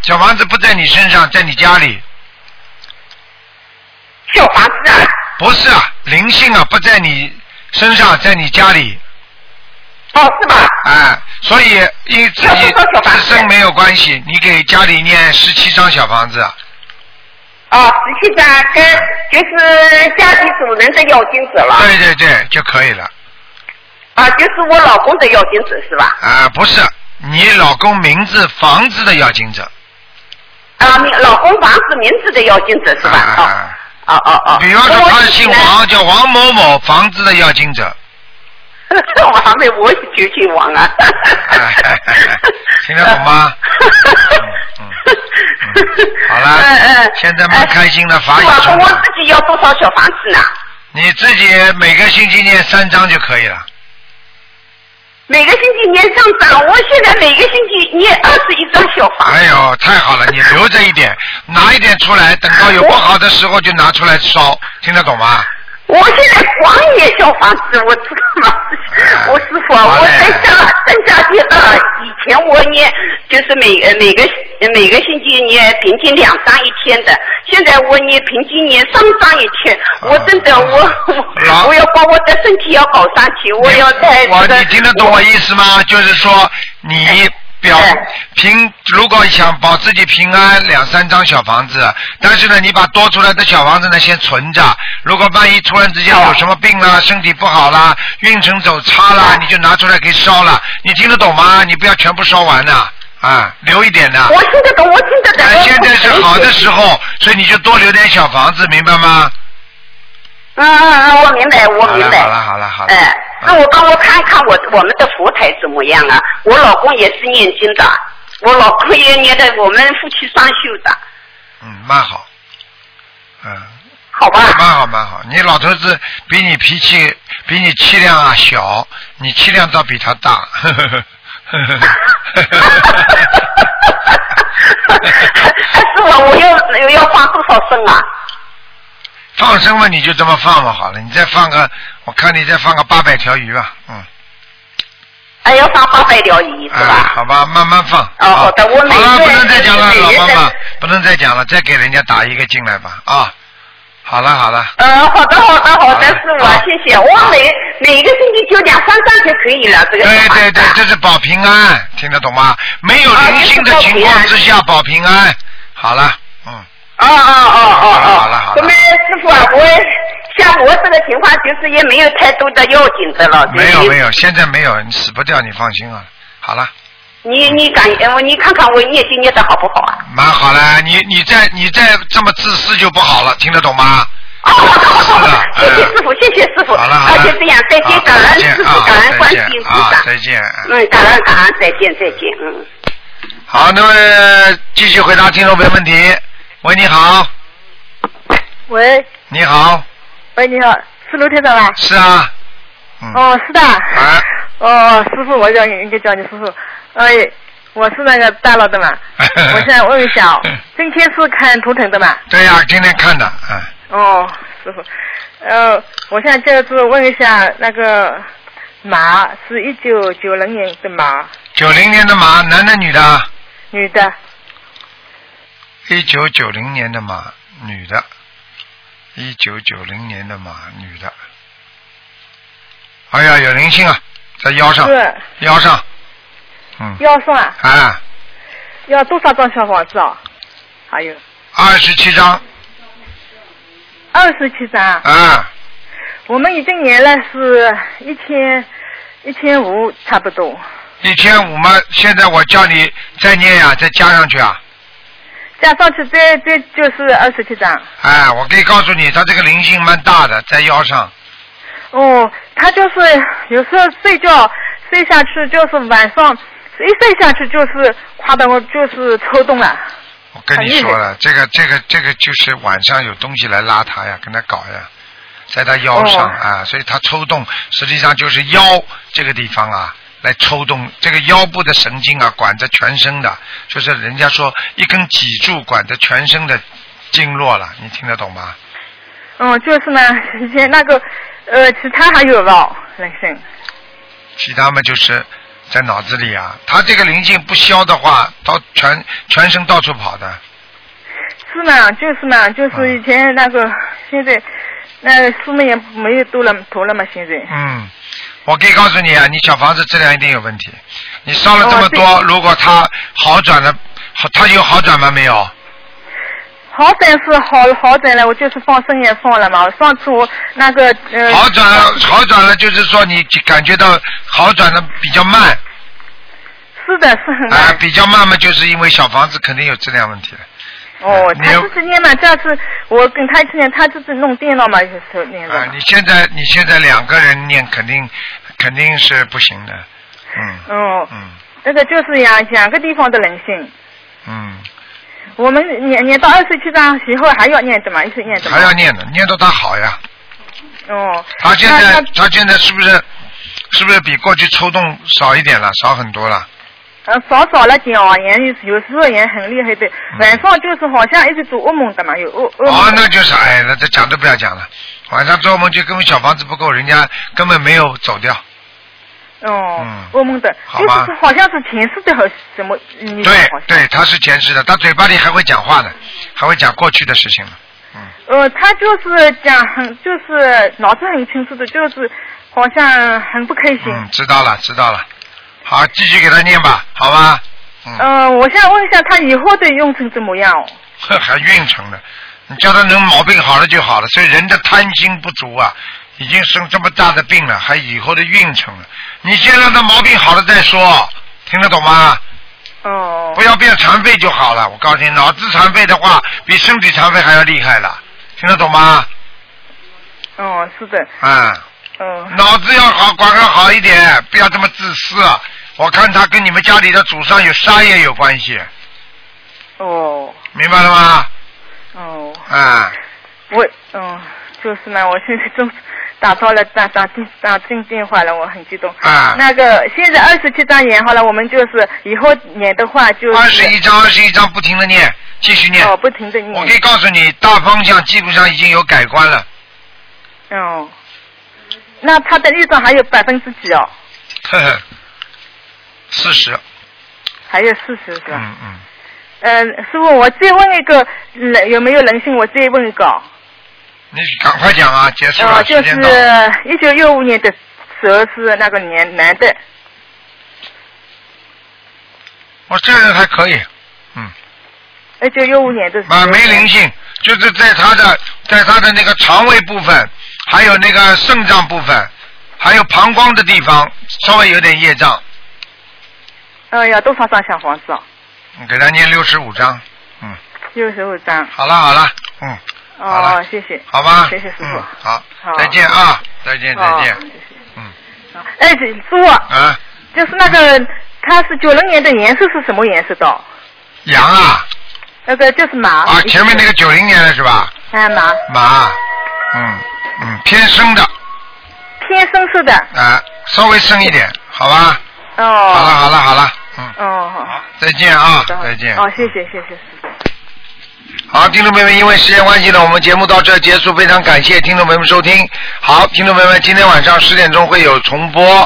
Speaker 1: 小房子不在你身上，在你家里，
Speaker 7: 小房子啊？
Speaker 1: 不是啊，灵性啊，不在你身上，在你家里，
Speaker 7: 哦，是吧？
Speaker 1: 哎，所以因自己自身没有关系，你给家里念十七张小房子，啊
Speaker 7: 哦，十七张跟就是家里主人的要金子了。
Speaker 1: 对对对，就可以了。
Speaker 7: 啊，就是我老公的要金子是吧？
Speaker 1: 啊，不是，你老公名字、房子的要经者，
Speaker 7: 啊，你老公房子名字的要金子是吧？
Speaker 1: 啊，
Speaker 7: 哦哦哦哦。
Speaker 1: 比方说
Speaker 7: 那我
Speaker 1: 他是
Speaker 7: 以
Speaker 1: 姓
Speaker 7: 前
Speaker 1: 王，叫王某某，房子的要经者，。
Speaker 7: (laughs) 我还没我九九王啊
Speaker 1: (laughs) 听得懂
Speaker 7: (laughs)
Speaker 1: 吗嗯嗯嗯好啦
Speaker 7: 嗯嗯。
Speaker 1: 现在蛮开心的法
Speaker 7: 是
Speaker 1: 语
Speaker 7: 吧
Speaker 1: 成
Speaker 7: 我
Speaker 1: 了
Speaker 7: 自己要多少小房子呢？
Speaker 1: 你自己每个星期念三张就可以了。
Speaker 7: 每个星期念上涨，我现在每个星期念二十一张小房。
Speaker 1: 哎呦，太好了，你留着一点，拿一点出来，等到有不好的时候就拿出来烧，听得懂吗？
Speaker 7: 我现在狂念小房子，我知道吗？
Speaker 1: 哎
Speaker 7: 我师傅啊，
Speaker 1: 好嘞
Speaker 7: 我在家
Speaker 1: 哎
Speaker 7: 在家第二，以前我念就是每呃每个每个星期念平均两张一天的，现在我念平均念三张一天，我真
Speaker 1: 啊
Speaker 7: 的我
Speaker 1: 老
Speaker 7: 我我要把我的身体要搞上去，我要在
Speaker 1: 啊我
Speaker 7: 这个嗯
Speaker 1: 你听得懂我意思吗？就是说你表
Speaker 7: 哎
Speaker 1: 平，如果想保自己平安，两三张小房子，但是呢，你把多出来的小房子呢先存着，如果万一突然之间有什么病啦、身体不好啦、运程走差啦，你就拿出来给烧了。你听得懂吗？你不要全部烧完呐、啊，留一点呐、
Speaker 7: 我听得懂，我听得懂。
Speaker 1: 哎，
Speaker 7: 我
Speaker 1: 现在是好的时
Speaker 7: 候。
Speaker 1: 候，所以你就多留点小房子，明白吗？
Speaker 7: 嗯嗯嗯，我明白，我
Speaker 1: 好了
Speaker 7: 明白。
Speaker 1: 好了好了好了
Speaker 7: 哎，那我帮我看一看我我们的佛台怎么样啊？我老公也是念经的，我老公也念的，我们夫妻双修的，
Speaker 1: 嗯，蛮好，嗯。(laughs)
Speaker 7: 好吧？
Speaker 1: 蛮好蛮好，你老头子比你脾气比你气量啊小，你气量倒比他大。 (laughs) 呵呵呵呵呵
Speaker 7: 是吧？我要又要放多少声啊？
Speaker 1: 放生嘛，你就这么放嘛好了，你再放个，我看你再放个八百条鱼吧，嗯，
Speaker 7: 哎，要放八百条鱼是
Speaker 1: 哎、
Speaker 7: 吧？
Speaker 1: 好吧，慢慢放。
Speaker 7: 哦好的我每
Speaker 1: 好了，
Speaker 7: 个
Speaker 1: 不能再讲了，
Speaker 7: 每
Speaker 1: 老
Speaker 7: 个
Speaker 1: 妈妈
Speaker 7: 人，
Speaker 1: 不能再讲了，再给人家打一个进来吧，啊，好了好了，
Speaker 7: 嗯，好的，好的，好的，
Speaker 1: 好
Speaker 7: 师傅啊
Speaker 1: 哎好，
Speaker 7: 谢谢。我每每个星期就两三张就可以了，这个
Speaker 1: 对对对，这
Speaker 7: 对，
Speaker 1: 是保平安，听得懂吗？没有
Speaker 7: 啊
Speaker 1: 灵性的情况之下保平安。好了，嗯，
Speaker 7: 哦哦哦哦哦，
Speaker 1: 好了好了
Speaker 7: 那么师傅啊，我像我这个情况，就是也没有太多的要紧的了，就是
Speaker 1: 没有没有，现在没有，你死不掉，你放心啊。好了，
Speaker 7: 你你感呃你看看我念经念的好不好啊？
Speaker 1: 蛮好了，你你再你再这么自私就不好了，听得懂吗？
Speaker 8: (laughs)
Speaker 7: 哦，好的好的，好
Speaker 1: 嗯
Speaker 7: 的，谢谢师傅，谢谢师傅，
Speaker 1: 好了好
Speaker 7: 啊
Speaker 1: 了，
Speaker 7: 就这样，再
Speaker 1: 好
Speaker 7: 见，感恩
Speaker 1: 再见
Speaker 7: 师
Speaker 1: 啊
Speaker 7: 傅，感恩观
Speaker 1: 再
Speaker 7: 世
Speaker 1: 见
Speaker 7: 音菩
Speaker 1: 啊
Speaker 7: 萨，
Speaker 1: 再见。嗯
Speaker 7: 嗯，感恩感恩，再见再见，嗯。
Speaker 1: 好，那么继续回答听众朋友问题。喂，你好，
Speaker 8: 喂
Speaker 1: 你好，
Speaker 8: 喂，你好，是卢台长吧？
Speaker 1: 是啊，嗯，
Speaker 8: 哦，是的。
Speaker 1: 啊
Speaker 8: 哦，师傅，我叫你，应该叫你师傅。哎，我是那个大陆的
Speaker 1: (laughs)
Speaker 8: 嘛。我现在问一下哦，
Speaker 1: 嗯
Speaker 8: 今天是看图腾的嘛？
Speaker 1: 对呀、今天看的，嗯。
Speaker 8: 哦，师傅，呃，我现在就是问一下那个马，是一九九零年的马，
Speaker 1: 九零年的马，男的女的？
Speaker 8: 女的，
Speaker 1: 一九九零年的马，女的。一九九零年的马，女的。哎呀，有灵性啊，在腰上，
Speaker 8: 是
Speaker 1: 腰上，嗯，
Speaker 8: 要送啊？
Speaker 1: 啊，
Speaker 8: 要多少张小房子哦？还有
Speaker 1: 二十七张，
Speaker 8: 二十七张啊。
Speaker 1: 啊，
Speaker 8: 我们已经年了是一千一千五差不多，
Speaker 1: 一千五嘛，现在我叫你再念呀、再加上去啊，
Speaker 8: 加上去再再就是二十七张。
Speaker 1: 哎，我可以告诉你，他这个灵性蛮大的，在腰上。
Speaker 8: 哦，他就是有时候睡觉睡下去，就是晚上一睡下去就是夸的我就是抽动了。
Speaker 1: 我跟你说了，这个这个这个就是晚上有东西来拉他呀，跟他搞呀，在他腰上、
Speaker 8: 哦
Speaker 1: 啊，所以他抽动，实际上就是腰这个地方啊。来抽动这个腰部的神经啊，管着全身的，就是人家说一根脊柱管着全身的经络了，你听得懂吗？
Speaker 8: 嗯，就是呢，以前那个呃，其他还有吧，人生。
Speaker 1: 其他嘛就是在脑子里啊，他这个灵性不消的话，到全全身到处跑的，
Speaker 8: 是呢，就是呢，就是以前那个，现在那书们也没有多了多了嘛，现在。
Speaker 1: 嗯，我可以告诉你啊，你小房子质量一定有问题。你烧了这么多，
Speaker 8: 哦对
Speaker 1: 如果它好转了，好，它有好转吗？没有。
Speaker 8: 好转是好好转了，我就是放生也放了嘛。上次我那个呃。
Speaker 1: 好转了，好转了，就是说你感觉到好转的比较慢，
Speaker 8: 是的，是很
Speaker 1: 啊、
Speaker 8: 难。
Speaker 1: 比较慢嘛，就是因为小房子肯定有质量问题了。
Speaker 8: 哦，
Speaker 1: 啊你
Speaker 8: 他自己念嘛，这次我跟他一起念，他自己弄电脑嘛，有时候念的
Speaker 1: 啊、
Speaker 8: 嘛。
Speaker 1: 你现在你现在两个人念肯定肯定是不行的，嗯
Speaker 8: 哦，
Speaker 1: 嗯
Speaker 8: 那个就是两两个地方的人性。
Speaker 1: 嗯，
Speaker 8: 我们念念到二十七章以后还要念的嘛，一直念的嘛。
Speaker 1: 还要念的，念到他好呀。
Speaker 8: 哦。
Speaker 1: 他现
Speaker 8: 那
Speaker 1: 在
Speaker 8: 他
Speaker 1: 他现在是不是是不是比过去抽动少一点了，少很多了？
Speaker 8: 呃，少少了点哦，也有时候也很厉害的，晚上就是好像一直做噩梦的嘛，有噩噩梦。
Speaker 1: 哦，那就是哎，那这讲都不要讲了。晚上做梦就根本小房子不够，人家根本没有走掉。
Speaker 8: 哦
Speaker 1: 嗯，
Speaker 8: 噩梦的，
Speaker 1: 好
Speaker 8: 就是
Speaker 1: 吧
Speaker 8: 说好像是前世的，好什么？你
Speaker 1: 对
Speaker 8: 好像
Speaker 1: 对，他是前世的，他嘴巴里还会讲话呢，还会讲过去的事情呢。
Speaker 8: 呃，他就是讲很，就是脑子很清楚的，就是好像很不开心。
Speaker 1: 嗯，知道了知道了。好，继续给他念吧，好吧？ (laughs) 嗯，
Speaker 8: 呃，我想问一下，他以后的用成怎么样哦？
Speaker 1: 呵还运程呢。你叫他能毛病好了就好了，所以人的贪心不足啊，已经生这么大的病了，还以后的运程了。你先让他毛病好了再说，听得懂吗？
Speaker 8: 哦
Speaker 1: 不，要变残废就好了。我告诉你，脑子残废的话，比身体残废还要厉害了，听得懂吗？
Speaker 8: 哦，是的，
Speaker 1: 啊、
Speaker 8: 嗯、
Speaker 1: 脑子要好，管得好一点，不要这么自私。我看他跟你们家里的祖上有杀业有关系，
Speaker 8: 哦，
Speaker 1: 明白了吗？
Speaker 8: 哦，
Speaker 1: 啊、
Speaker 8: 我，嗯、就是呢，我现在终于打到了打打进打进电话了，我很激动。
Speaker 1: 啊、
Speaker 8: 那个现在二十七章演好了，我们就是以后演的话就是
Speaker 1: 二十一章，二十一章，不停的念，继续念。
Speaker 8: 哦，不停的
Speaker 1: 我可以
Speaker 8: 念，
Speaker 1: 告诉你，大方向基本上已经有改观了。
Speaker 8: 哦，那他的预算还有百分之几哦？
Speaker 1: 呵呵，四十，
Speaker 8: 还有四十是吧？
Speaker 1: 嗯嗯，
Speaker 8: 呃，师傅，我再问一个，人有没有人性？我再问一个哦，
Speaker 1: 你赶快讲啊，结束了，
Speaker 8: 呃，就
Speaker 1: 时
Speaker 8: 是
Speaker 1: 间到了。
Speaker 8: 一九六五年的蛇是那个年男的，
Speaker 1: 我这人还可以，嗯，
Speaker 8: 一九六五年的蛇
Speaker 1: 啊，没灵性，就是在他的在他的那个肠胃部分，还有那个肾脏部分，还有膀胱的地方，稍微有点业障，
Speaker 8: 呃，要多少张小房子哦？
Speaker 1: 你嗯给他念六十五章，嗯，
Speaker 8: 六十五张。
Speaker 1: 好了好了，嗯，好了
Speaker 8: 哦，谢谢。
Speaker 1: 好吧，
Speaker 8: 谢谢师傅
Speaker 1: 嗯，好
Speaker 8: 好，
Speaker 1: 再见啊，再见再见
Speaker 8: 哦，谢谢
Speaker 1: 嗯，
Speaker 8: 啊哎，师傅，
Speaker 1: 啊，
Speaker 8: 就是那个，他是九零年的颜色是什么颜色的哦？
Speaker 1: 羊啊
Speaker 8: 那个就是马。
Speaker 1: 啊，前面那个九零年的是吧？
Speaker 8: 哎马，
Speaker 1: 马，嗯嗯，偏深的
Speaker 8: 偏深色的。
Speaker 1: 啊，稍微深一点，好吧？
Speaker 8: 哦。
Speaker 1: 好了好了好了，嗯，
Speaker 8: 哦，好，
Speaker 1: 再见啊，
Speaker 8: 好
Speaker 1: 再见。
Speaker 8: 哦，谢谢谢谢师傅。
Speaker 1: 好，听众朋友们，因为时间关系呢，我们节目到这儿结束，非常感谢听众朋友们收听。好，听众朋友们，今天晚上十点钟会有重播。